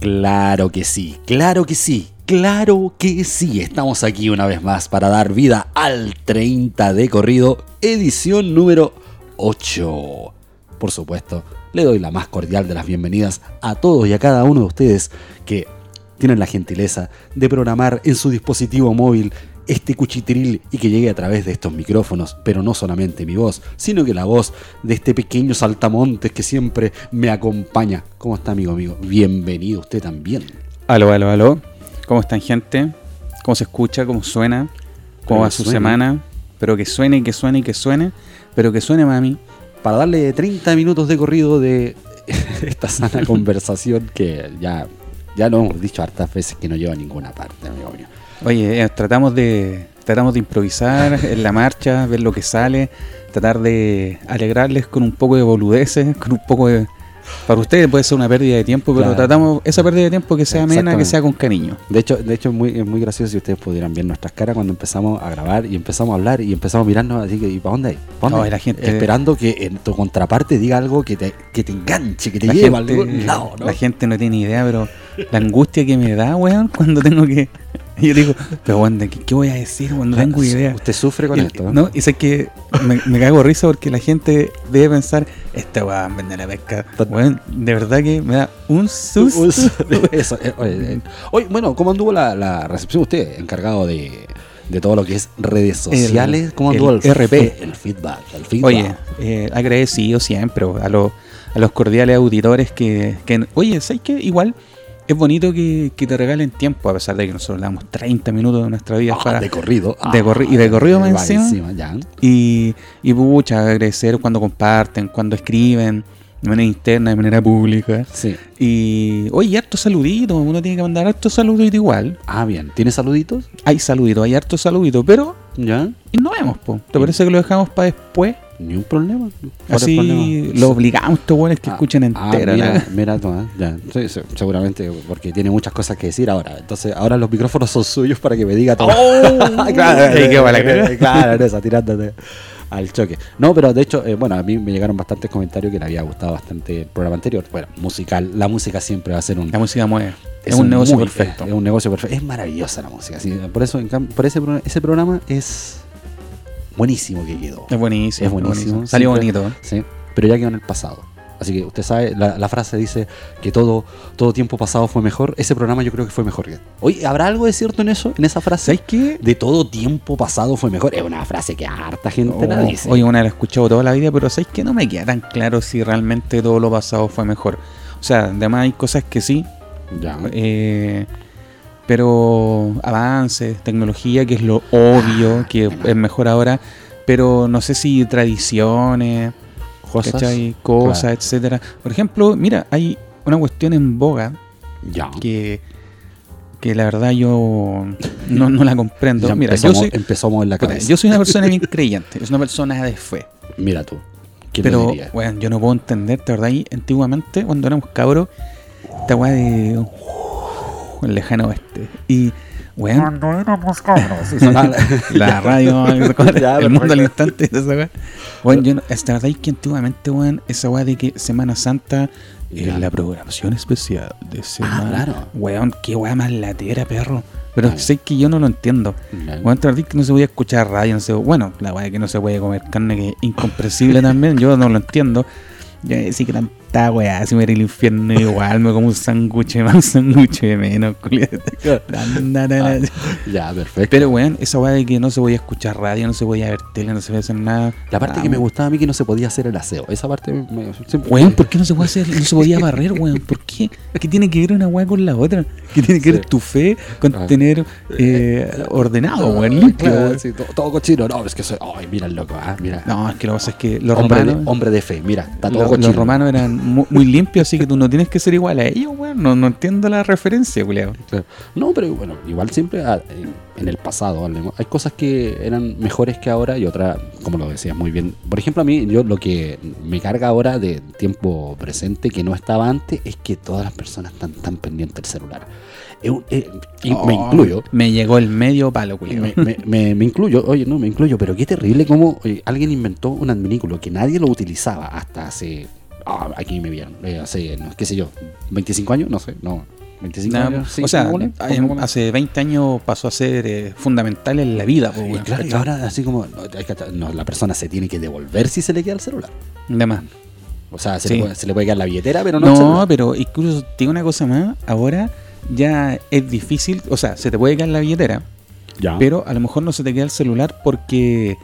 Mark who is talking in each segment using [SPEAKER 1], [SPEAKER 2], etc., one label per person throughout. [SPEAKER 1] Claro que sí, claro que sí, claro que sí. Estamos aquí una vez más para dar vida al 30 de corrido, edición número 8. Por supuesto, le doy la más cordial de las bienvenidas a todos y a cada uno de ustedes que tienen la gentileza de programar en su dispositivo móvil este cuchitril y que llegue a través de estos micrófonos, pero no solamente mi voz, sino que la voz de este pequeño saltamontes que siempre me acompaña. ¿Cómo está, amigo mío? Bienvenido usted también.
[SPEAKER 2] Aló, aló, aló. ¿Cómo están, gente? ¿Cómo se escucha? ¿Cómo suena?
[SPEAKER 1] Pero
[SPEAKER 2] ¿Cómo va
[SPEAKER 1] que
[SPEAKER 2] su
[SPEAKER 1] suene.
[SPEAKER 2] semana? Pero que suene, que suene, que suene. Pero que suene, mami.
[SPEAKER 1] Para darle 30 minutos de corrido de esta sana conversación que ya, ya lo hemos dicho hartas veces que no lleva a ninguna parte, amigo mío.
[SPEAKER 2] Oye, eh, tratamos de tratamos de improvisar en la marcha, ver lo que sale, tratar de alegrarles con un poco de boludeces, con un poco de... Para ustedes puede ser una pérdida de tiempo, pero
[SPEAKER 1] Claro.
[SPEAKER 2] tratamos esa pérdida de tiempo que sea amena, que
[SPEAKER 1] Exactamente.
[SPEAKER 2] sea con cariño.
[SPEAKER 1] De hecho, de hecho es, muy, es muy gracioso si ustedes pudieran ver nuestras caras cuando empezamos a grabar y empezamos a hablar y empezamos a mirarnos así que ¿y para dónde? ¿Pa' dónde?
[SPEAKER 2] No, y la gente-
[SPEAKER 1] Esperando que en tu contraparte diga algo que te, que te enganche, que te
[SPEAKER 2] La
[SPEAKER 1] lleve a
[SPEAKER 2] gente-
[SPEAKER 1] algún lado, ¿no?
[SPEAKER 2] La gente no tiene idea, pero la angustia que me da, weón, cuando tengo que. Yo digo, pero weón, ¿de ¿qué, qué voy a decir cuando
[SPEAKER 1] Ah,
[SPEAKER 2] tengo idea?
[SPEAKER 1] Usted sufre con
[SPEAKER 2] Y-
[SPEAKER 1] esto, ¿eh?
[SPEAKER 2] ¿no? Y sé que me, me cago de risa porque la gente debe pensar, esta weón vende la pesca. Weón, de verdad que me da un susto.
[SPEAKER 1] Un su- Eso, eh, oye, eh. Oye, bueno, ¿cómo anduvo la, la recepción usted, encargado de, de todo lo que es redes
[SPEAKER 2] El-
[SPEAKER 1] sociales? ¿Cómo
[SPEAKER 2] el
[SPEAKER 1] anduvo el,
[SPEAKER 2] RP?
[SPEAKER 1] fe- El feedback, el feedback.
[SPEAKER 2] Oye, eh, agradecido siempre bo, a, los a los cordiales auditores que, que- Oye, ¿sabes qué? Igual es bonito que, que te regalen tiempo, a pesar de que nosotros le damos 30 minutos de nuestra vida
[SPEAKER 1] Ah,
[SPEAKER 2] para...
[SPEAKER 1] de corrido.
[SPEAKER 2] de corri- y de corrido más
[SPEAKER 1] va
[SPEAKER 2] encima.
[SPEAKER 1] ya.
[SPEAKER 2] Y, y pucha, agradecer cuando comparten, cuando escriben, de manera interna, de manera pública.
[SPEAKER 1] Sí.
[SPEAKER 2] Y, oye, hartos saluditos, uno tiene que mandar hartos saluditos igual.
[SPEAKER 1] Ah, bien. ¿Tiene saluditos?
[SPEAKER 2] Hay saluditos, hay hartos saluditos, pero
[SPEAKER 1] Ya.
[SPEAKER 2] innovemos, po. ¿Te parece que lo dejamos para después?
[SPEAKER 1] Ni un problema. ¿Cuál es el
[SPEAKER 2] Así
[SPEAKER 1] problema?
[SPEAKER 2] lo obligamos a estos buenos que
[SPEAKER 1] Ah,
[SPEAKER 2] escuchen
[SPEAKER 1] ah,
[SPEAKER 2] entera.
[SPEAKER 1] mira,
[SPEAKER 2] la-
[SPEAKER 1] mira, toma, ya. Sí, sí, seguramente porque tiene muchas cosas que decir ahora. Entonces, ahora los micrófonos son suyos para que me diga todo. claro,
[SPEAKER 2] Oh. Ahí quedó para la
[SPEAKER 1] claro,
[SPEAKER 2] cagada.
[SPEAKER 1] claro, en esa, tirándote al choque. No, pero de hecho, eh, bueno, a mí me llegaron bastantes comentarios que le había gustado bastante el programa anterior. Bueno, musical, la música siempre va a ser un
[SPEAKER 2] La música mueve. Es, un negocio
[SPEAKER 1] muy- eh,
[SPEAKER 2] perfecto.
[SPEAKER 1] Es un negocio perfecto. Es maravillosa la música. sí. Por eso, en cam- por ese, pro- ese programa es buenísimo que quedó.
[SPEAKER 2] Es buenísimo.
[SPEAKER 1] Es buenísimo.
[SPEAKER 2] Salió
[SPEAKER 1] Siempre-
[SPEAKER 2] bonito.
[SPEAKER 1] Sí, pero ya quedó en el pasado. Así que usted sabe, la, la frase dice que todo, todo tiempo pasado fue mejor. Ese programa yo creo que fue mejor. que- Oye, ¿habrá algo de cierto en eso? ¿En esa frase?
[SPEAKER 2] ¿Sabes qué?
[SPEAKER 1] De todo tiempo pasado fue mejor. Es una frase que harta gente la
[SPEAKER 2] Oh,
[SPEAKER 1] dice.
[SPEAKER 2] Oye, una la he escuchado toda la vida, pero ¿sabes que No me queda tan claro si realmente todo lo pasado fue mejor. O sea, además hay cosas que sí,
[SPEAKER 1] Ya.
[SPEAKER 2] eh, pero avances, tecnología, que es lo obvio, que es mejor ahora, pero no sé si tradiciones,
[SPEAKER 1] Cosas.
[SPEAKER 2] ¿cachai? cosas,
[SPEAKER 1] Claro.
[SPEAKER 2] etcétera. Por ejemplo, mira, hay una cuestión en boga
[SPEAKER 1] Ya.
[SPEAKER 2] que, que la verdad yo no, no la comprendo.
[SPEAKER 1] Ya
[SPEAKER 2] mira,
[SPEAKER 1] empezó, a
[SPEAKER 2] yo
[SPEAKER 1] mo-
[SPEAKER 2] soy,
[SPEAKER 1] empezó a mover la
[SPEAKER 2] puta,
[SPEAKER 1] cabeza.
[SPEAKER 2] yo soy una persona bien creyente, es una persona de fe.
[SPEAKER 1] Mira tú. ¿Quién lo
[SPEAKER 2] Pero,
[SPEAKER 1] diría?
[SPEAKER 2] weón, yo no puedo entender, de verdad, y antiguamente, cuando éramos cabros, esta weá de. el lejano oeste. Y, weón,
[SPEAKER 3] Cuando éramos cabros.
[SPEAKER 1] Ah, Sí, sonaba la-
[SPEAKER 2] la radio, el
[SPEAKER 1] Ya,
[SPEAKER 2] el mundo
[SPEAKER 1] perfecto.
[SPEAKER 2] al instante, esa weá. Weón, yo, no- es de verdad que antiguamente, weón, esa weá de que Semana Santa.
[SPEAKER 1] Ya. Ah,
[SPEAKER 2] En la programación especial de semana.
[SPEAKER 1] claro.
[SPEAKER 2] Weón, qué weá más latera, perro. Pero
[SPEAKER 1] Ya.
[SPEAKER 2] sé que yo no lo entiendo.
[SPEAKER 1] Ya.
[SPEAKER 2] Bueno, tardí que no se podía escuchar radio, no se- bueno, la weá que no se puede comer carne, que es incomprensible también, yo no lo entiendo. Yo sí que tanta weá, si me era el infierno igual, me como un sándwich más, un sándwich de menos, culiao. Na, na, na,
[SPEAKER 1] Ah.
[SPEAKER 2] na.
[SPEAKER 1] Ya, perfecto.
[SPEAKER 2] Pero weón, esa weá de que no se podía escuchar radio, no se podía ver tele, no se podía hacer nada.
[SPEAKER 1] la parte
[SPEAKER 2] Ah,
[SPEAKER 1] que me gustaba a mí que no se podía hacer el aseo. Esa parte me- me- siempre-
[SPEAKER 2] Weón, ¿por qué no se puede hacer, no se podía barrer, weón? ¿Por qué? ¿Qué tiene que ver una weá con la otra? ¿Qué tiene que ver
[SPEAKER 1] Sí.
[SPEAKER 2] tu fe con
[SPEAKER 1] Ah.
[SPEAKER 2] tener eh, ordenado,
[SPEAKER 1] Ah,
[SPEAKER 2] weón? Limpio, eh.
[SPEAKER 1] claro,
[SPEAKER 2] weón?
[SPEAKER 1] sí, to- todo, cochino. No, es que soy. Ay, mira el loco, ah, mira.
[SPEAKER 2] No, es que lo que pasa es que los
[SPEAKER 1] hombre, de,
[SPEAKER 2] romanos.
[SPEAKER 1] hombre de fe, mira, está todo
[SPEAKER 2] Lo-
[SPEAKER 1] cochino.
[SPEAKER 2] los romanos eran mu- muy, limpios, así que tú no tienes que ser igual a ellos, weón. No, no entiendo la referencia, culiao.
[SPEAKER 1] Claro. No, pero bueno, igual siempre ah, en, en el pasado hablemos, hay cosas que eran mejores que ahora y otras, como lo decías muy bien. Por ejemplo, a mí, yo lo que me carga ahora de tiempo presente que no estaba antes es que todas las personas están tan pendientes del celular. Es un- eh, y me
[SPEAKER 2] Oh,
[SPEAKER 1] incluyo.
[SPEAKER 2] Me llegó el medio palo, culiao.
[SPEAKER 1] Me, me- me- me incluyo, oye, no, me incluyo, pero qué terrible como alguien inventó un adminículo que nadie lo utilizaba hasta hace. ah, aquí me vieron, eh, hace, no, qué sé yo, 25 años, no sé, no, 25
[SPEAKER 2] Nada,
[SPEAKER 1] años. sí,
[SPEAKER 2] o sea,
[SPEAKER 1] se supone.
[SPEAKER 2] en- hace 20 años pasó a ser eh, fundamental en la vida. po,
[SPEAKER 1] Y
[SPEAKER 2] weón,
[SPEAKER 1] eh, claro, y
[SPEAKER 2] ¿cachai?
[SPEAKER 1] ahora así como no, hay que- no, la persona se tiene que devolver si se le queda el celular.
[SPEAKER 2] Nada más.
[SPEAKER 1] O sea, se,
[SPEAKER 2] Sí.
[SPEAKER 1] le, puede, se le puede quedar la billetera, pero no, el
[SPEAKER 2] No,
[SPEAKER 1] celular.
[SPEAKER 2] pero incluso te digo una cosa más. Ahora ya es difícil, o sea, se te puede caer la billetera,
[SPEAKER 1] Ya.
[SPEAKER 2] pero a lo mejor no se te queda el celular porque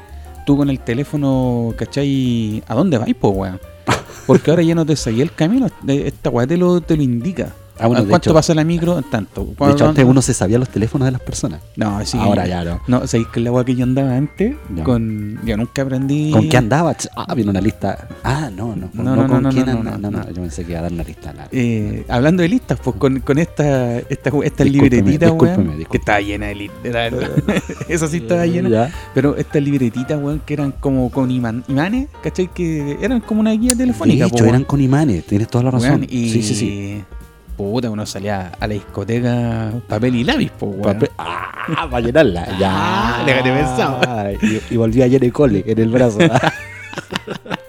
[SPEAKER 2] tú con el teléfono, ¿cachai? ¿A dónde vas, po, weón? Porque ahora ya no te sabía el camino. de- Esta weá te lo, te lo indica.
[SPEAKER 1] Ah, bueno, de
[SPEAKER 2] ¿Cuánto
[SPEAKER 1] hecho-
[SPEAKER 2] pasa la micro? Tanto.
[SPEAKER 1] de hecho, antes uno se sabía los teléfonos de las personas.
[SPEAKER 2] No, sí.
[SPEAKER 1] Ahora ya no.
[SPEAKER 2] No, ¿sabéis que la weá que yo andaba antes?
[SPEAKER 1] Ya.
[SPEAKER 2] Con, yo nunca aprendí.
[SPEAKER 1] ¿Con qué andaba? Ch- Ah, viene una lista. Ah, no, no.
[SPEAKER 2] No,
[SPEAKER 1] No,
[SPEAKER 2] no,
[SPEAKER 1] con
[SPEAKER 2] no,
[SPEAKER 1] quién
[SPEAKER 2] no,
[SPEAKER 1] andaba.
[SPEAKER 2] no,
[SPEAKER 1] No,
[SPEAKER 2] no,
[SPEAKER 1] no, yo pensé que iba a dar una lista larga.
[SPEAKER 2] Eh, hablando de listas, pues con, con esta, esta, esta
[SPEAKER 1] Discúlpeme,
[SPEAKER 2] libretita,
[SPEAKER 1] discúlpeme,
[SPEAKER 2] weón,
[SPEAKER 1] discúlpeme. Eh,
[SPEAKER 2] que estaba llena de listas, la verdad. Esa sí estaba llena.
[SPEAKER 1] Ya.
[SPEAKER 2] Pero estas libretitas, weón, que eran como con imán- imanes, ¿cachai? Que eran como una guía telefónica,
[SPEAKER 1] de
[SPEAKER 2] po,
[SPEAKER 1] hecho,
[SPEAKER 2] weón.
[SPEAKER 1] eran con imanes, tienes toda la razón.
[SPEAKER 2] Weón, y
[SPEAKER 1] Sí, sí, sí.
[SPEAKER 2] Puta, uno salía a la discoteca papel y lápiz, pues, weón.
[SPEAKER 1] Papel- Ah, para llenarla. Ya.
[SPEAKER 2] Ah, déjate pensado.
[SPEAKER 1] Y, y volví a Jenny Cole en el brazo.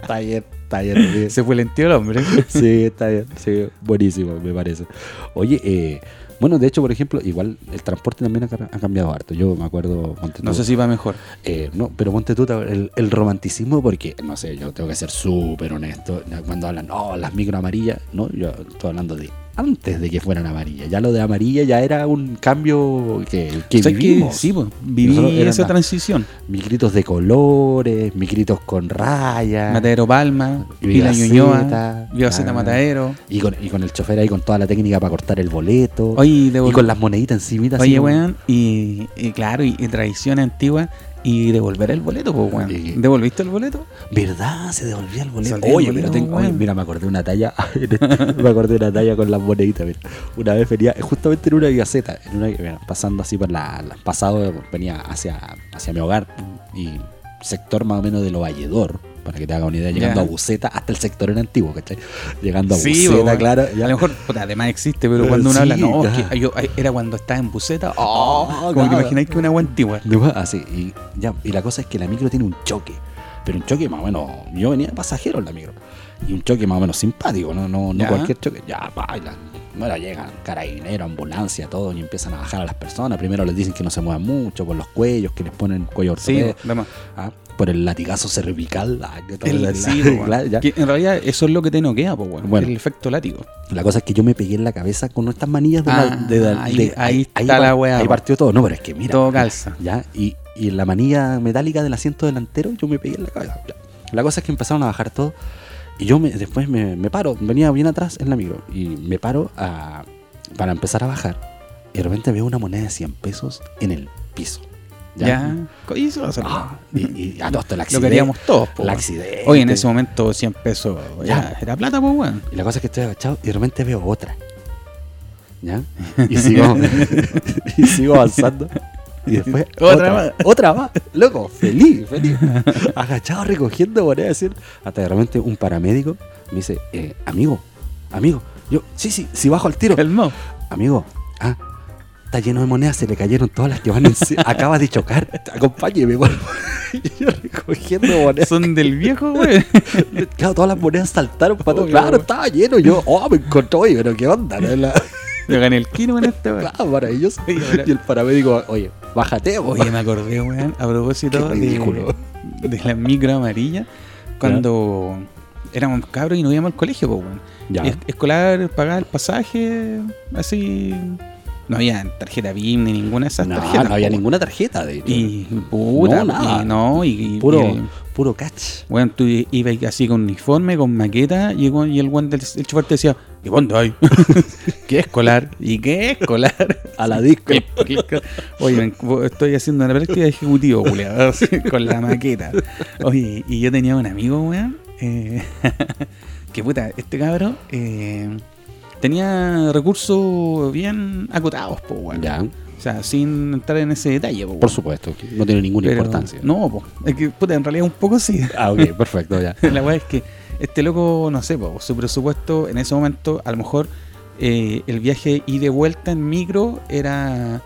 [SPEAKER 1] está bien, está bien. Sí,
[SPEAKER 2] Se fue lenteo el hombre.
[SPEAKER 1] sí, está bien. Sí, buenísimo, me parece. Oye, eh, bueno, de hecho, por ejemplo, igual el transporte también ha, ca- ha cambiado harto. Yo me acuerdo. ponte
[SPEAKER 2] No
[SPEAKER 1] tú,
[SPEAKER 2] sé si va mejor.
[SPEAKER 1] eh, no, pero ponte tú el, el romanticismo porque, no sé, yo tengo que ser súper honesto. Ya Cuando hablan, oh, las micro amarillas, no, yo estoy hablando de antes de que fueran amarillas. Ya lo de amarilla ya era un cambio que, que
[SPEAKER 2] O sea, que
[SPEAKER 1] vivimos.
[SPEAKER 2] sí, pues, viví
[SPEAKER 1] Nosotros eran
[SPEAKER 2] esa
[SPEAKER 1] las-
[SPEAKER 2] transición.
[SPEAKER 1] mis gritos de colores, mis gritos con rayas.
[SPEAKER 2] Matadero Palma,
[SPEAKER 1] Viva
[SPEAKER 2] Pila Ñuñoa,
[SPEAKER 1] Zeta.
[SPEAKER 2] Viva Zeta
[SPEAKER 1] Ah.
[SPEAKER 2] Matadero.
[SPEAKER 1] Y con, y con el chofer ahí con toda la técnica para cortar el boleto.
[SPEAKER 2] Oye, de
[SPEAKER 1] y con las moneditas encimitas. así
[SPEAKER 2] Oye,
[SPEAKER 1] como-
[SPEAKER 2] weón, y, y claro, y, y tradición antigua, y devolver el boleto, pues, weón.
[SPEAKER 1] Y-
[SPEAKER 2] ¿Devolviste el boleto?
[SPEAKER 1] ¿Verdad? Se devolvía el boleto.
[SPEAKER 2] Saldría el
[SPEAKER 1] Oye,
[SPEAKER 2] boleto,
[SPEAKER 1] pero tengo,
[SPEAKER 2] weón.
[SPEAKER 1] oye, mira, me acordé una talla. me acordé una talla con las moneditas. mira. Una vez venía, justamente en una gaceta, en una, mira, pasando así por la, la- pasado, venía hacia, hacia mi hogar y sector más o menos de lo valledor. Para que te haga una idea, llegando
[SPEAKER 2] Ya.
[SPEAKER 1] a Buceta hasta el sector en antiguo, ¿cachai? Llegando a
[SPEAKER 2] Sí,
[SPEAKER 1] Buceta,
[SPEAKER 2] weón.
[SPEAKER 1] claro.
[SPEAKER 2] A
[SPEAKER 1] ya.
[SPEAKER 2] lo mejor, puta, además existe, pero
[SPEAKER 1] Eh,
[SPEAKER 2] cuando uno
[SPEAKER 1] sí,
[SPEAKER 2] habla, no, es
[SPEAKER 1] ya.
[SPEAKER 2] que yo- ay, era cuando estaba en buceta, oh,
[SPEAKER 1] Ah,
[SPEAKER 2] como que
[SPEAKER 1] claro.
[SPEAKER 2] imagináis que una agua antigua.
[SPEAKER 1] De más, así. Y, ya, y la cosa es que la micro tiene un choque. Pero un choque más o menos. Yo venía de pasajero en la micro. Y un choque más o menos simpático, no, no, no
[SPEAKER 2] Ya.
[SPEAKER 1] cualquier choque. Ya, bailan. Bueno, llegan carabineros, ambulancia, todo, y empiezan a bajar a las personas. Primero les dicen que no se muevan mucho por los cuellos, que les ponen cuello
[SPEAKER 2] Sí,
[SPEAKER 1] ortopédico,
[SPEAKER 2] además.
[SPEAKER 1] ah, por el latigazo cervical. ah, que todo el-
[SPEAKER 2] sí,
[SPEAKER 1] la-
[SPEAKER 2] po, weón.
[SPEAKER 1] la- ya.
[SPEAKER 2] Que en realidad eso es lo que te noquea, pues, weón.
[SPEAKER 1] Bueno.
[SPEAKER 2] El efecto látigo.
[SPEAKER 1] La cosa es que yo me pegué en la cabeza con estas manillas de,
[SPEAKER 2] Ah,
[SPEAKER 1] la, de, de-
[SPEAKER 2] ahí-
[SPEAKER 1] de-
[SPEAKER 2] ahí está la
[SPEAKER 1] par-
[SPEAKER 2] weá,
[SPEAKER 1] Ahí
[SPEAKER 2] po.
[SPEAKER 1] partió todo. No, pero es que mira.
[SPEAKER 2] Todo calza.
[SPEAKER 1] Ya, y, y la manilla metálica del asiento delantero, yo me pegué en la cabeza. ya. La cosa es que empezaron a bajar todo. Y yo me- después me, me paro, venía bien atrás en la micro. Y me paro a- para empezar a bajar. Y de repente veo una moneda de 100 pesos en el piso.
[SPEAKER 2] Ya. Co- Y eso va a ser.
[SPEAKER 1] Ah, y, y a todo esto el
[SPEAKER 2] lo
[SPEAKER 1] accidente.
[SPEAKER 2] queríamos todos, pues.
[SPEAKER 1] el
[SPEAKER 2] weón.
[SPEAKER 1] accidente.
[SPEAKER 2] Hoy en ese momento 100 pesos ya,
[SPEAKER 1] Ya.
[SPEAKER 2] era plata, pues, weón.
[SPEAKER 1] Y la cosa es que estoy agachado y de repente veo otra. ¿Ya? Y sigo, y sigo avanzando. Y después
[SPEAKER 2] Otra
[SPEAKER 1] otra
[SPEAKER 2] más.
[SPEAKER 1] más. Otra más. Loco, feliz, feliz. Agachado recogiendo monedas. decir, hasta de repente un paramédico me dice, eh, amigo, amigo. Yo, sí, sí, sí bajo al tiro.
[SPEAKER 2] El mo.
[SPEAKER 1] Amigo, ah, está lleno de monedas, se le cayeron todas las que van encima. Acabas de chocar. Acompáñeme, por favor. Y yo recogiendo monedas.
[SPEAKER 2] Son del viejo, weón.
[SPEAKER 1] Claro, todas las monedas saltaron para todo.
[SPEAKER 2] Obvio,
[SPEAKER 1] Claro,
[SPEAKER 2] weón.
[SPEAKER 1] estaba lleno. Yo, oh, me encontró hoy, pero qué onda. ¿no? La-
[SPEAKER 2] Yo gané el kilo en este, weón.
[SPEAKER 1] claro, maravilloso.
[SPEAKER 2] Oye, ahora-
[SPEAKER 1] Y el paramédico, oye, bájate, po.
[SPEAKER 2] Oye, me acordé, weón, a propósito
[SPEAKER 1] Qué
[SPEAKER 2] de,
[SPEAKER 1] ridículo.
[SPEAKER 2] de la micro amarilla, cuando éramos cabros y nos íbamos al colegio, pues, weón.
[SPEAKER 1] Ya.
[SPEAKER 2] Es- escolar, pagar el pasaje, así. No había tarjeta BIM ni ninguna de esas
[SPEAKER 1] no,
[SPEAKER 2] tarjetas.
[SPEAKER 1] no había
[SPEAKER 2] po, weón.
[SPEAKER 1] ninguna tarjeta, de hecho.
[SPEAKER 2] Y puta,
[SPEAKER 1] No, nada.
[SPEAKER 2] y no, y, y-
[SPEAKER 1] puro,
[SPEAKER 2] y el-
[SPEAKER 1] puro catch.
[SPEAKER 2] weón, tú ibas así con uniforme, con maqueta, y, el weón- y el weón del el chofer te decía, ¿y cuándo hay? ¿Qué escolar? ¿Y qué escolar?
[SPEAKER 1] A la disco.
[SPEAKER 2] Oye, me- estoy haciendo una práctica de ejecutivo, culiao, así, con la maqueta. Oye, y yo tenía un amigo, weón, eh, que puta, este cabro eh, tenía recursos bien acotados, po, weón.
[SPEAKER 1] ya,
[SPEAKER 2] O sea, sin entrar en ese detalle, po,
[SPEAKER 1] por
[SPEAKER 2] weón.
[SPEAKER 1] supuesto. que No tiene ninguna
[SPEAKER 2] Pero-
[SPEAKER 1] importancia.
[SPEAKER 2] No, po. Es que, puta, en realidad un poco sí.
[SPEAKER 1] Ah, ok, perfecto, ya.
[SPEAKER 2] La weá es que este loco, no sé, po, su presupuesto en ese momento, a lo mejor eh, el viaje y de vuelta en micro era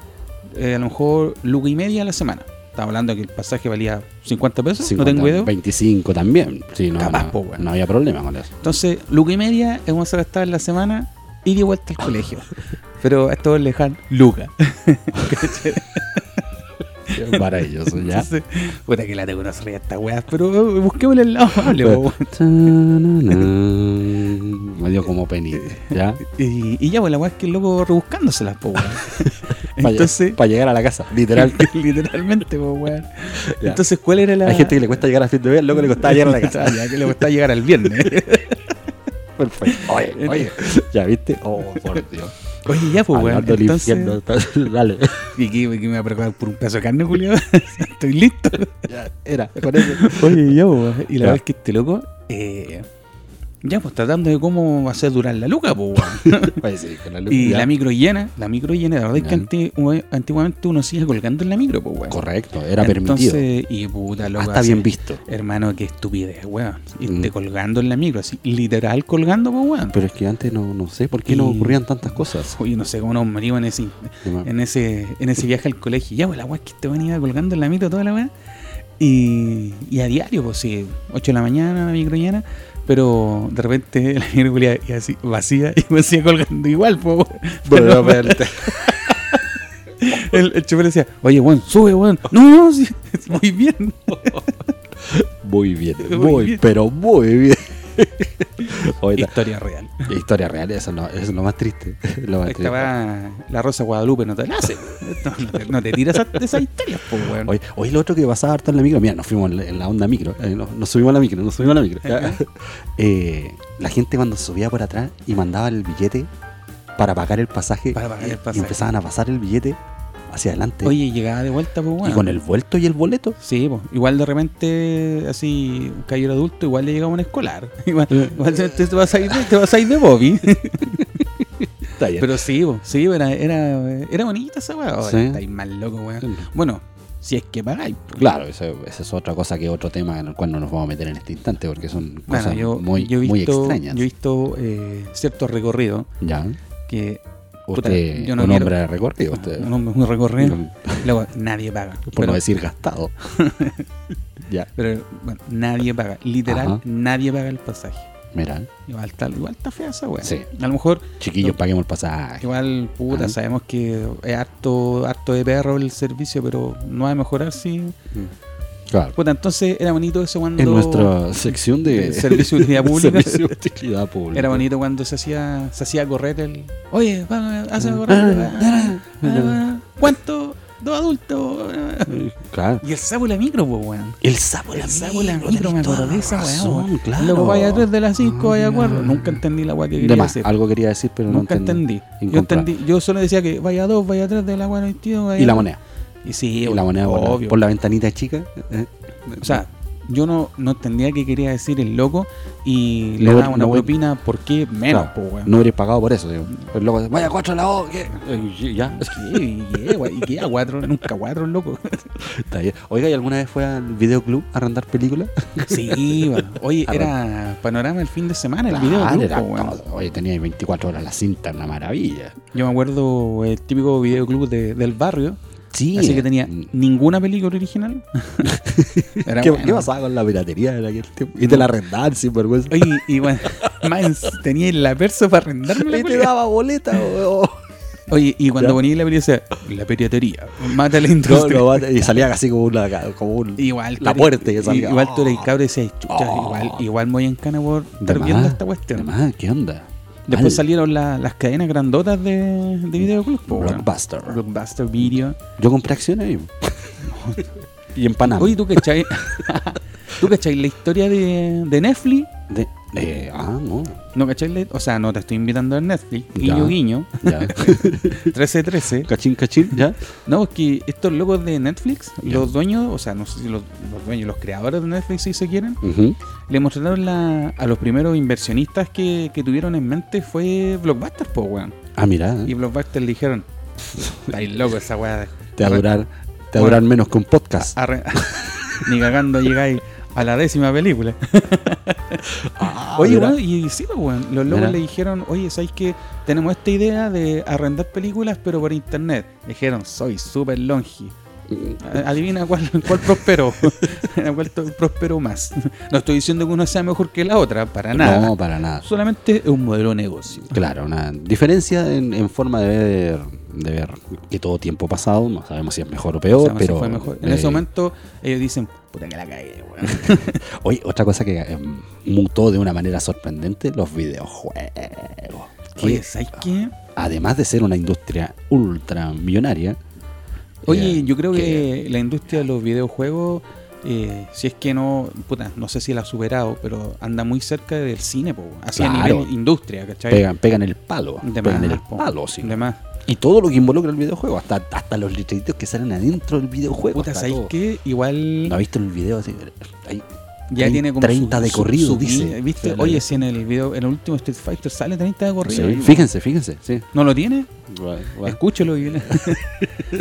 [SPEAKER 2] eh, a lo mejor luca y media a la semana. Estaba hablando que el pasaje valía 50 pesos, no
[SPEAKER 1] 50,
[SPEAKER 2] tengo idea.
[SPEAKER 1] 25 también. Sí, no,
[SPEAKER 2] Capaz,
[SPEAKER 1] no,
[SPEAKER 2] po, weón.
[SPEAKER 1] no había problema con eso.
[SPEAKER 2] Entonces, luca y media es como se gastaba en la semana y de vuelta al colegio. Pero a estos le dejan Luca. ¿Cachai?
[SPEAKER 1] Maravilloso, ya.
[SPEAKER 2] Entonces, puta que la tengo no se ría esta weá, pero eh, busquémosle el lado amable, po, weón.
[SPEAKER 1] Me dio como penite, ¿ya?
[SPEAKER 2] y, y ya, pues la weá es que el loco rebuscándoselas, po, weón.
[SPEAKER 1] Para
[SPEAKER 2] Entonces,
[SPEAKER 1] llegar a la casa, literal.
[SPEAKER 2] literalmente, po, weón.
[SPEAKER 1] Ya.
[SPEAKER 2] Entonces, ¿cuál era la. Ah,
[SPEAKER 1] Hay gente que le cuesta llegar a fin de mes, al loco le costaba llegar a la casa.
[SPEAKER 2] Ya, que le costaba llegar al viernes.
[SPEAKER 1] Perfecto. Oye, oye. ¿Ya viste? Oh, por Dios.
[SPEAKER 2] Oye, ya, pues, weón.
[SPEAKER 1] Hablando del
[SPEAKER 2] Entonces,
[SPEAKER 1] infierno, Dale.
[SPEAKER 2] ¿Y qué, qué me va a preparar por un pedazo de carne, Julio? Estoy listo.
[SPEAKER 1] Ya, era, con eso.
[SPEAKER 2] Oye, ya, pues, Y
[SPEAKER 1] Ya.
[SPEAKER 2] la verdad es que este loco, eh, ya, pues, tratando de cómo hacer durar la luca, pues, weón.
[SPEAKER 1] Oye, sí, con la luz.
[SPEAKER 2] Y
[SPEAKER 1] ya.
[SPEAKER 2] la micro llena, la micro llena, la verdad es que anti- ue- antiguamente uno sigue colgando en la micro, pues, weón.
[SPEAKER 1] Correcto, era
[SPEAKER 2] Entonces,
[SPEAKER 1] permitido.
[SPEAKER 2] Y puta, loco.
[SPEAKER 1] Hasta
[SPEAKER 2] así,
[SPEAKER 1] bien visto.
[SPEAKER 2] Hermano, qué estupidez, weón. Irte
[SPEAKER 1] Mm.
[SPEAKER 2] colgando en la micro, así, literal colgando, pues, weón.
[SPEAKER 1] Pero es que antes no, no sé por qué no
[SPEAKER 2] Y-
[SPEAKER 1] ocurrían tantas cosas.
[SPEAKER 2] Oye, no sé cómo nos morimos en ese, en ese, en ese viaje al colegio. Ya, pues, la weá es que este weón iba colgando en la micro toda la weá. Y, y a diario, pues, sí, 8 de la mañana, la micro llena. Pero de repente la micro culiá iba así, vacía y me sigue colgando igual, pues, weón. Pero- El, el chofer decía, oye, weón, sube, weón. No, no, sí, es muy bien.
[SPEAKER 1] Muy bien, muy,
[SPEAKER 2] Muy bien.
[SPEAKER 1] pero muy bien. Oye,
[SPEAKER 2] Historia real.
[SPEAKER 1] la historia real, eso, no, eso es lo más triste. Lo más triste.
[SPEAKER 2] Estaba la Rosa Guadalupe, no te la hace. No, no te, no te tiras a- de esas historias, po, weón.
[SPEAKER 1] Hoy, hoy lo otro que pasaba harto en la micro, mira, nos fuimos en la- en la onda micro, eh, nos, nos subimos a la micro, nos subimos a la micro. ya. Eh, la gente cuando subía por atrás y mandaba el billete para pagar el pasaje,
[SPEAKER 2] Para pagar
[SPEAKER 1] y-
[SPEAKER 2] el
[SPEAKER 1] y
[SPEAKER 2] pasaje.
[SPEAKER 1] empezaban a pasar el billete hacia adelante.
[SPEAKER 2] Oye, llegaba de vuelta, pues, weón.
[SPEAKER 1] Y con el vuelto y el boleto.
[SPEAKER 2] Sí, po. igual de repente, así, cayó el adulto, igual le llegaba un escolar. Igual, igual te, te vas a ir de, te vas a ir de Bobby.
[SPEAKER 1] Pero-
[SPEAKER 2] Pero sí, po, sí, era, era, era bonita esa weá. Ahora
[SPEAKER 1] Sí.
[SPEAKER 2] estáis más loco, weón. Bueno, si es que pagáis. po.
[SPEAKER 1] Claro, eso- esa es otra cosa que otro tema en el cual no nos vamos a meter en este instante porque son
[SPEAKER 2] Bueno,
[SPEAKER 1] cosas
[SPEAKER 2] yo,
[SPEAKER 1] muy,
[SPEAKER 2] yo he visto,
[SPEAKER 1] muy extrañas.
[SPEAKER 2] Yo he visto eh, ciertos recorridos
[SPEAKER 1] Ya.
[SPEAKER 2] que Puta,
[SPEAKER 1] Usted,
[SPEAKER 2] yo no
[SPEAKER 1] un
[SPEAKER 2] quiero-
[SPEAKER 1] hombre recorrido, usted.
[SPEAKER 2] un hombre es muy recorrido,
[SPEAKER 1] No,
[SPEAKER 2] luego nadie paga.
[SPEAKER 1] por
[SPEAKER 2] pero,
[SPEAKER 1] no decir gastado. ya,
[SPEAKER 2] pero, bueno, nadie paga. Literal,
[SPEAKER 1] Ajá.
[SPEAKER 2] nadie paga el pasaje.
[SPEAKER 1] mira.
[SPEAKER 2] Igual está, igual está fea esa weá.
[SPEAKER 1] Sí.
[SPEAKER 2] A lo mejor,
[SPEAKER 1] Chiquillos,
[SPEAKER 2] No.
[SPEAKER 1] paguemos el pasaje.
[SPEAKER 2] igual, puta,
[SPEAKER 1] Ajá.
[SPEAKER 2] sabemos que es harto, harto de perro el servicio, pero no va a mejorar si.
[SPEAKER 1] Claro.
[SPEAKER 2] Puta, entonces era bonito eso cuando.
[SPEAKER 1] En nuestra sección de
[SPEAKER 2] de servicio de utilidad pública.
[SPEAKER 1] servicio de utilidad pública.
[SPEAKER 2] Era bonito cuando se hacía, se hacía correr el. Oye, vamos, hazme correr.
[SPEAKER 1] Ah,
[SPEAKER 2] ¿Cuánto? Dos adultos.
[SPEAKER 1] Eh, Claro.
[SPEAKER 2] Y el sapo y la micro, pues, weón.
[SPEAKER 1] El sapo la
[SPEAKER 2] El sapo la micro, me acordé de esa weá. weón.
[SPEAKER 1] claro.
[SPEAKER 2] Loco, vaya 3 de las 5, vaya
[SPEAKER 1] Ah.
[SPEAKER 2] 4. Nunca entendí la weá que
[SPEAKER 1] De
[SPEAKER 2] quería
[SPEAKER 1] más,
[SPEAKER 2] decir.
[SPEAKER 1] algo quería decir, pero
[SPEAKER 2] Nunca
[SPEAKER 1] no entendí.
[SPEAKER 2] entendí. Yo entendí, yo solo decía que vaya 2, vaya 3 de la weá 21, vaya.
[SPEAKER 1] Y la moneda.
[SPEAKER 2] Y sí,
[SPEAKER 1] Y la moneda por la-
[SPEAKER 2] obvio.
[SPEAKER 1] por la ventanita chica. eh,
[SPEAKER 2] O sea, yo no, no entendía qué quería decir el loco y
[SPEAKER 1] No,
[SPEAKER 2] le daba una
[SPEAKER 1] no,
[SPEAKER 2] propina, ¿por qué menos,
[SPEAKER 1] Claro,
[SPEAKER 2] po, weón?
[SPEAKER 1] no hubiera pagado por eso. digo. El loco dice, vaya cuatro a la O. ¿qué? Eh, Ya,
[SPEAKER 2] ¿Qué? ¿Y qué, weón? ¿Y qué? ¿A cuatro? Nunca cuatro, loco.
[SPEAKER 1] está bien. Oiga, ¿y alguna vez fue al videoclub a arrendar películas?
[SPEAKER 2] Sí, weón. Oye, era panorama el fin de semana, el video.
[SPEAKER 1] Ah, Claro,
[SPEAKER 2] club,
[SPEAKER 1] era
[SPEAKER 2] po, weón.
[SPEAKER 1] todo. Oye, tenía 24 horas la cinta, una maravilla.
[SPEAKER 2] Yo me acuerdo el típico videoclub de, del barrio.
[SPEAKER 1] Sí.
[SPEAKER 2] Así que tenía
[SPEAKER 1] Mm.
[SPEAKER 2] ninguna película original. Era
[SPEAKER 1] ¿Qué,
[SPEAKER 2] bueno.
[SPEAKER 1] qué pasaba con la piratería en aquel tiempo? Y te la arrendaban sin vergüenza.
[SPEAKER 2] Oye, y bueno, más tenía la perso para arrendarme la
[SPEAKER 1] Y te
[SPEAKER 2] película.
[SPEAKER 1] daba boleta, weón.
[SPEAKER 2] Oye, y cuando
[SPEAKER 1] Ya.
[SPEAKER 2] ponía la película, decía, la piratería, mata la
[SPEAKER 1] No,
[SPEAKER 2] industria.
[SPEAKER 1] no, va- y salía casi como una. Como un,
[SPEAKER 2] Igual
[SPEAKER 1] La
[SPEAKER 2] tú eres-
[SPEAKER 1] puerta que salga.
[SPEAKER 2] Igual tú eres cabro y decías, chucha,
[SPEAKER 1] Oh.
[SPEAKER 2] igual, igual me voy en cana por
[SPEAKER 1] De
[SPEAKER 2] estar viendo
[SPEAKER 1] más,
[SPEAKER 2] esta
[SPEAKER 1] de
[SPEAKER 2] cuestión.
[SPEAKER 1] más, ¿Qué onda?
[SPEAKER 2] Después
[SPEAKER 1] Mal.
[SPEAKER 2] salieron la- las cadenas grandotas de, de videoclub. po, weón.
[SPEAKER 1] Blockbuster.
[SPEAKER 2] Blockbuster Video.
[SPEAKER 1] Yo compré acciones ahí. y en Panamá.
[SPEAKER 2] Oye, ¿tú cachai? ¿Tú cachai la historia de, de Netflix?
[SPEAKER 1] De- eh, ah, no.
[SPEAKER 2] No cachai, la- o sea, no te estoy invitando a Netflix.
[SPEAKER 1] Ya.
[SPEAKER 2] Guiño, guiño.
[SPEAKER 1] Ya.
[SPEAKER 2] 1313.
[SPEAKER 1] cachín, cachín, ya.
[SPEAKER 2] No, es que estos locos de Netflix,
[SPEAKER 1] Ya.
[SPEAKER 2] los dueños, o sea, no sé si los, los dueños, los creadores de Netflix, si se quieren,
[SPEAKER 1] Ujú.
[SPEAKER 2] le mostraron la- a los primeros inversionistas que, que tuvieron en mente fue Blockbuster, po, weón.
[SPEAKER 1] Ah, mira. eh.
[SPEAKER 2] Y Blockbuster le dijeron, estáis loco esa weá.
[SPEAKER 1] Te va a durar, te va a
[SPEAKER 2] Bueno.
[SPEAKER 1] durar menos que un podcast.
[SPEAKER 2] Arre- Ni cagando llegáis a la décima película.
[SPEAKER 1] Ah,
[SPEAKER 2] oye,
[SPEAKER 1] mira.
[SPEAKER 2] weón, y sí, po, weón. Los locos
[SPEAKER 1] Mira.
[SPEAKER 2] le dijeron, oye, ¿sabéis que tenemos esta idea de arrendar películas pero por internet? Dijeron, soy súper longi.
[SPEAKER 1] Mm.
[SPEAKER 2] A- Adivina cuál, cuál prosperó. A cuál to- prosperó más. No estoy diciendo que una sea mejor que la otra, para nada.
[SPEAKER 1] No, para nada.
[SPEAKER 2] Solamente es un modelo de negocio.
[SPEAKER 1] Claro, una diferencia en, en forma de ver, de ver que todo tiempo pasado, no sabemos si es mejor o peor,
[SPEAKER 2] O sea, no sé,
[SPEAKER 1] pero...
[SPEAKER 2] fue mejor. En
[SPEAKER 1] eh,
[SPEAKER 2] ese momento ellos dicen, puta que la cagué, weón.
[SPEAKER 1] Oye, otra cosa que eh, mutó de una manera sorprendente, los videojuegos. Que,
[SPEAKER 2] Oye, ¿sabes qué?
[SPEAKER 1] además de ser una industria ultramillonaria,
[SPEAKER 2] Oye,
[SPEAKER 1] eh,
[SPEAKER 2] yo creo que la industria de los videojuegos, eh, si es que no, puta, no sé si la ha superado, pero anda muy cerca del cine, po, así a
[SPEAKER 1] Claro.
[SPEAKER 2] nivel industria, ¿cachai?
[SPEAKER 1] pegan, pegan el palo.
[SPEAKER 2] De
[SPEAKER 1] pegan
[SPEAKER 2] más,
[SPEAKER 1] el
[SPEAKER 2] po,
[SPEAKER 1] palo, sí.
[SPEAKER 2] de más.
[SPEAKER 1] Y todo lo que involucra el videojuego, hasta, hasta los letreritos que salen adentro del videojuego.
[SPEAKER 2] Puta,
[SPEAKER 1] está
[SPEAKER 2] ¿sabéis
[SPEAKER 1] todo.
[SPEAKER 2] qué? Igual
[SPEAKER 1] ¿No has visto el video? Así, ahí,
[SPEAKER 2] ya
[SPEAKER 1] trein-
[SPEAKER 2] tiene como
[SPEAKER 1] 30 de corrido, dice.
[SPEAKER 2] guiño, ¿Viste?
[SPEAKER 1] Pero-
[SPEAKER 2] Oye, si en el video, en el último Street Fighter sale 30 de corrido.
[SPEAKER 1] sí, Fíjense, fíjense, sí.
[SPEAKER 2] ¿No lo tiene?
[SPEAKER 1] Es-
[SPEAKER 2] Escúchalo, Viviana.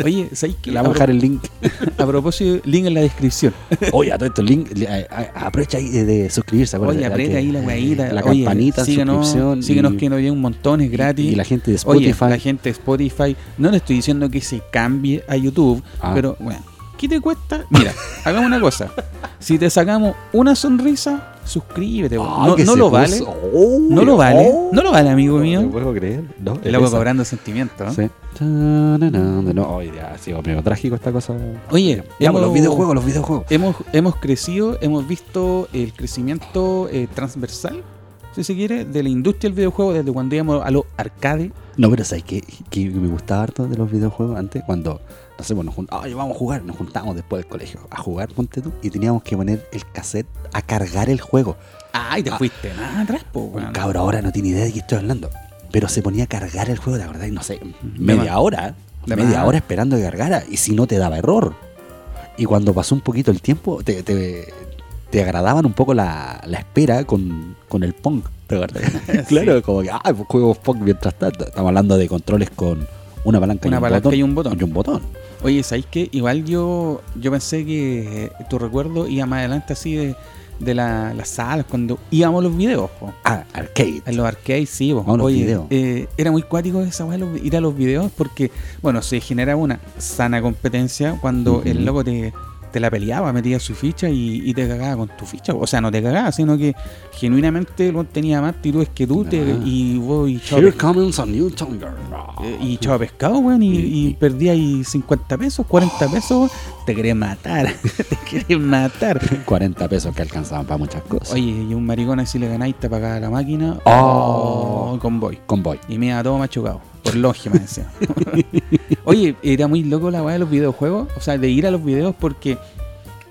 [SPEAKER 2] Oye, ¿sabéis qué?
[SPEAKER 1] Le
[SPEAKER 2] A
[SPEAKER 1] vamos a dejar el link.
[SPEAKER 2] pro- a propósito, link en la descripción.
[SPEAKER 1] Oye, a todo esto, el link. le- a- a- Aprovecha ahí de, de suscribirse. acuérdate,
[SPEAKER 2] Oye, aprieta
[SPEAKER 1] que-
[SPEAKER 2] ahí la guayita.
[SPEAKER 1] La
[SPEAKER 2] Oye,
[SPEAKER 1] campanita,
[SPEAKER 2] síganos,
[SPEAKER 1] suscripción.
[SPEAKER 2] Síganos
[SPEAKER 1] y-
[SPEAKER 2] que nos llega un montón, es gratis.
[SPEAKER 1] Y la gente de
[SPEAKER 2] Oye,
[SPEAKER 1] Spotify.
[SPEAKER 2] la gente de Spotify, no le estoy diciendo que se cambie a YouTube,
[SPEAKER 1] Ah.
[SPEAKER 2] pero bueno, ¿qué te cuesta? Mira, hagamos una cosa. Si te sacamos una sonrisa, suscríbete.
[SPEAKER 1] Ah,
[SPEAKER 2] weón. no
[SPEAKER 1] que
[SPEAKER 2] no
[SPEAKER 1] se
[SPEAKER 2] lo
[SPEAKER 1] puso-
[SPEAKER 2] vale.
[SPEAKER 1] Oh,
[SPEAKER 2] No lo vale.
[SPEAKER 1] oh.
[SPEAKER 2] No lo vale, amigo
[SPEAKER 1] No te
[SPEAKER 2] mío.
[SPEAKER 1] puedo creer. No, es
[SPEAKER 2] El agua
[SPEAKER 1] esa.
[SPEAKER 2] cobrando sentimientos. ¿no?
[SPEAKER 1] Sí. Ta-na-na-na. No, oye, ya, sí, medio trágico esta cosa.
[SPEAKER 2] Oye,
[SPEAKER 1] Ya, pues,
[SPEAKER 2] hemos-
[SPEAKER 1] los videojuegos, los videojuegos.
[SPEAKER 2] Hemos, hemos crecido, hemos visto el crecimiento eh, transversal, si se quiere, de la industria del videojuego desde cuando íbamos a los arcades.
[SPEAKER 1] No, pero ¿sabes qué? Que me gustaba harto de los videojuegos antes cuando, no sé, pues nos juntábamos, oye, vamos a jugar, nos juntábamos después del colegio a jugar, ponte tú, y teníamos que poner el cassette a cargar el juego.
[SPEAKER 2] Ay, te
[SPEAKER 1] Ah.
[SPEAKER 2] fuiste más atrás, po, weón.
[SPEAKER 1] Un cabro ahora no tiene idea de qué estoy hablando, pero se ponía a cargar el juego, ¿te acordás? No sé,
[SPEAKER 2] más.
[SPEAKER 1] media hora,
[SPEAKER 2] De
[SPEAKER 1] media
[SPEAKER 2] más.
[SPEAKER 1] hora esperando que cargara, y si no te daba error. Y cuando pasó un poquito el tiempo, te, te- te agradaban un poco la, la espera con, con el punk, ¿te acordás? claro, como que, ah, pues juego punk mientras tanto. Estamos hablando de controles con una palanca, y,
[SPEAKER 2] Una
[SPEAKER 1] un
[SPEAKER 2] palanca
[SPEAKER 1] botón,
[SPEAKER 2] y un botón.
[SPEAKER 1] Y un botón.
[SPEAKER 2] Oye, ¿sabéis qué? Igual yo, yo pensé que eh, tu recuerdo iba más adelante así de, de la- las salas, cuando íbamos a los videos, po.
[SPEAKER 1] Ah, arcade.
[SPEAKER 2] En los arcades, sí, vos.
[SPEAKER 1] Vamos a los
[SPEAKER 2] Oye,
[SPEAKER 1] videos.
[SPEAKER 2] eh, era muy cuático esa weá, los- ir a los videos porque, bueno, se genera una sana competencia cuando
[SPEAKER 1] Ujú.
[SPEAKER 2] el loco te, te la peleaba, metía su ficha y, y te cagaba con tu ficha. O sea, no te cagaba, sino que genuinamente el weón tenía más actitudes que tú te-
[SPEAKER 1] Ah.
[SPEAKER 2] y vos y chao,
[SPEAKER 1] Here
[SPEAKER 2] pe-
[SPEAKER 1] comes a new tonger.
[SPEAKER 2] eh, y chao pescado, weón, y,
[SPEAKER 1] Y-
[SPEAKER 2] y perdía ahí 50 pesos, 40 pesos, weón. te querés matar, te querés matar.
[SPEAKER 1] 40 pesos que alcanzaban para muchas cosas.
[SPEAKER 2] Oye, y un maricón así le ganáis, te apagaba la máquina,
[SPEAKER 1] Oh.
[SPEAKER 2] oh, convoy.
[SPEAKER 1] Convoy.
[SPEAKER 2] Y me iba todo machucado. Por lógica, me decía. Oye, era muy loco la weá de los videojuegos. O sea, de ir a los videos porque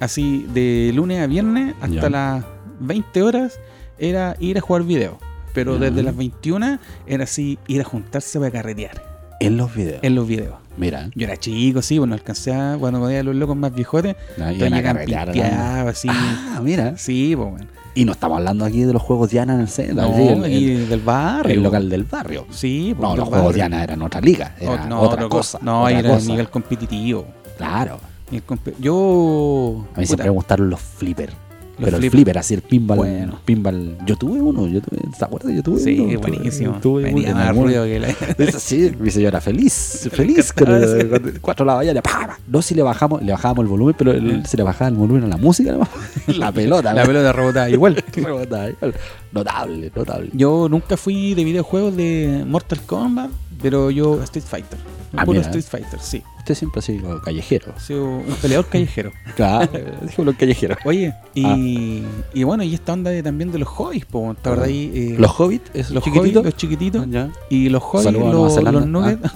[SPEAKER 2] así de lunes a viernes hasta
[SPEAKER 1] Ya.
[SPEAKER 2] las 20 horas era ir a jugar video. Pero
[SPEAKER 1] Ya.
[SPEAKER 2] desde las 21 era así ir a juntarse para carretear
[SPEAKER 1] En los videos.
[SPEAKER 2] en los videos.
[SPEAKER 1] Mira.
[SPEAKER 2] Yo era chico, sí, bueno, alcancé a, cuando podía los locos más viejotes.
[SPEAKER 1] Ahí
[SPEAKER 2] Entonces
[SPEAKER 1] en la
[SPEAKER 2] llegaban,
[SPEAKER 1] carretera, ¿no?
[SPEAKER 2] piteaba, así.
[SPEAKER 1] Ah, mira.
[SPEAKER 2] Sí, pues, bueno.
[SPEAKER 1] Y no estamos hablando aquí de los juegos Diana en el centro.
[SPEAKER 2] No,
[SPEAKER 1] así, el,
[SPEAKER 2] y
[SPEAKER 1] el-
[SPEAKER 2] del barrio.
[SPEAKER 1] el local del barrio.
[SPEAKER 2] Sí, pues,
[SPEAKER 1] No,
[SPEAKER 2] del
[SPEAKER 1] los juegos
[SPEAKER 2] barrio.
[SPEAKER 1] Diana eran otra liga. Era
[SPEAKER 2] Ot- no,
[SPEAKER 1] otra
[SPEAKER 2] loco,
[SPEAKER 1] cosa.
[SPEAKER 2] No,
[SPEAKER 1] otra
[SPEAKER 2] ahí era el
[SPEAKER 1] cosa.
[SPEAKER 2] nivel competitivo.
[SPEAKER 1] Claro.
[SPEAKER 2] Nivel compe- yo.
[SPEAKER 1] A mí
[SPEAKER 2] puta,
[SPEAKER 1] siempre me gustaron los flippers. Pero el
[SPEAKER 2] flip-
[SPEAKER 1] flipper, así el pinball,
[SPEAKER 2] Bueno.
[SPEAKER 1] pinball. Yo tuve uno, yo tuve, ¿se acuerdan? Yo tuve uno.
[SPEAKER 2] Sí,
[SPEAKER 1] tuve-
[SPEAKER 2] buenísimo.
[SPEAKER 1] Tuve uno.
[SPEAKER 2] Venía
[SPEAKER 1] en
[SPEAKER 2] más
[SPEAKER 1] algún-
[SPEAKER 2] ruido que la.
[SPEAKER 1] Esa sí, mi señora feliz, feliz con
[SPEAKER 2] encantaba
[SPEAKER 1] el- con el- cuatro lavallas. pa, pa. No si le bajamos, le bajábamos el volumen, pero el- se le bajaba el volumen a la música, nomás. la pelota,
[SPEAKER 2] Ah. la
[SPEAKER 1] ¿no?
[SPEAKER 2] pelota rebotaba igual.
[SPEAKER 1] Rebotaba igual. Notable, notable.
[SPEAKER 2] Yo nunca fui de videojuegos de Mortal Kombat, pero yo Street Fighter.
[SPEAKER 1] Ah,
[SPEAKER 2] puro
[SPEAKER 1] mira.
[SPEAKER 2] Street Fighter, sí.
[SPEAKER 1] Usted siempre ha sido callejero.
[SPEAKER 2] Soy un peleador callejero.
[SPEAKER 1] Claro, dijo los callejeros.
[SPEAKER 2] Oye, y, y bueno, y esta onda de- también de los hobbies, po, ¿te acordás? ahí, eh,
[SPEAKER 1] Ah. Los hobbits, esos
[SPEAKER 2] los
[SPEAKER 1] chiquititos.
[SPEAKER 2] hobbies, los chiquititos.
[SPEAKER 1] ya,
[SPEAKER 2] Y los hobbies,
[SPEAKER 1] Saludos a Nueva
[SPEAKER 2] los,
[SPEAKER 1] Zelanda. Ah.
[SPEAKER 2] los nuggets.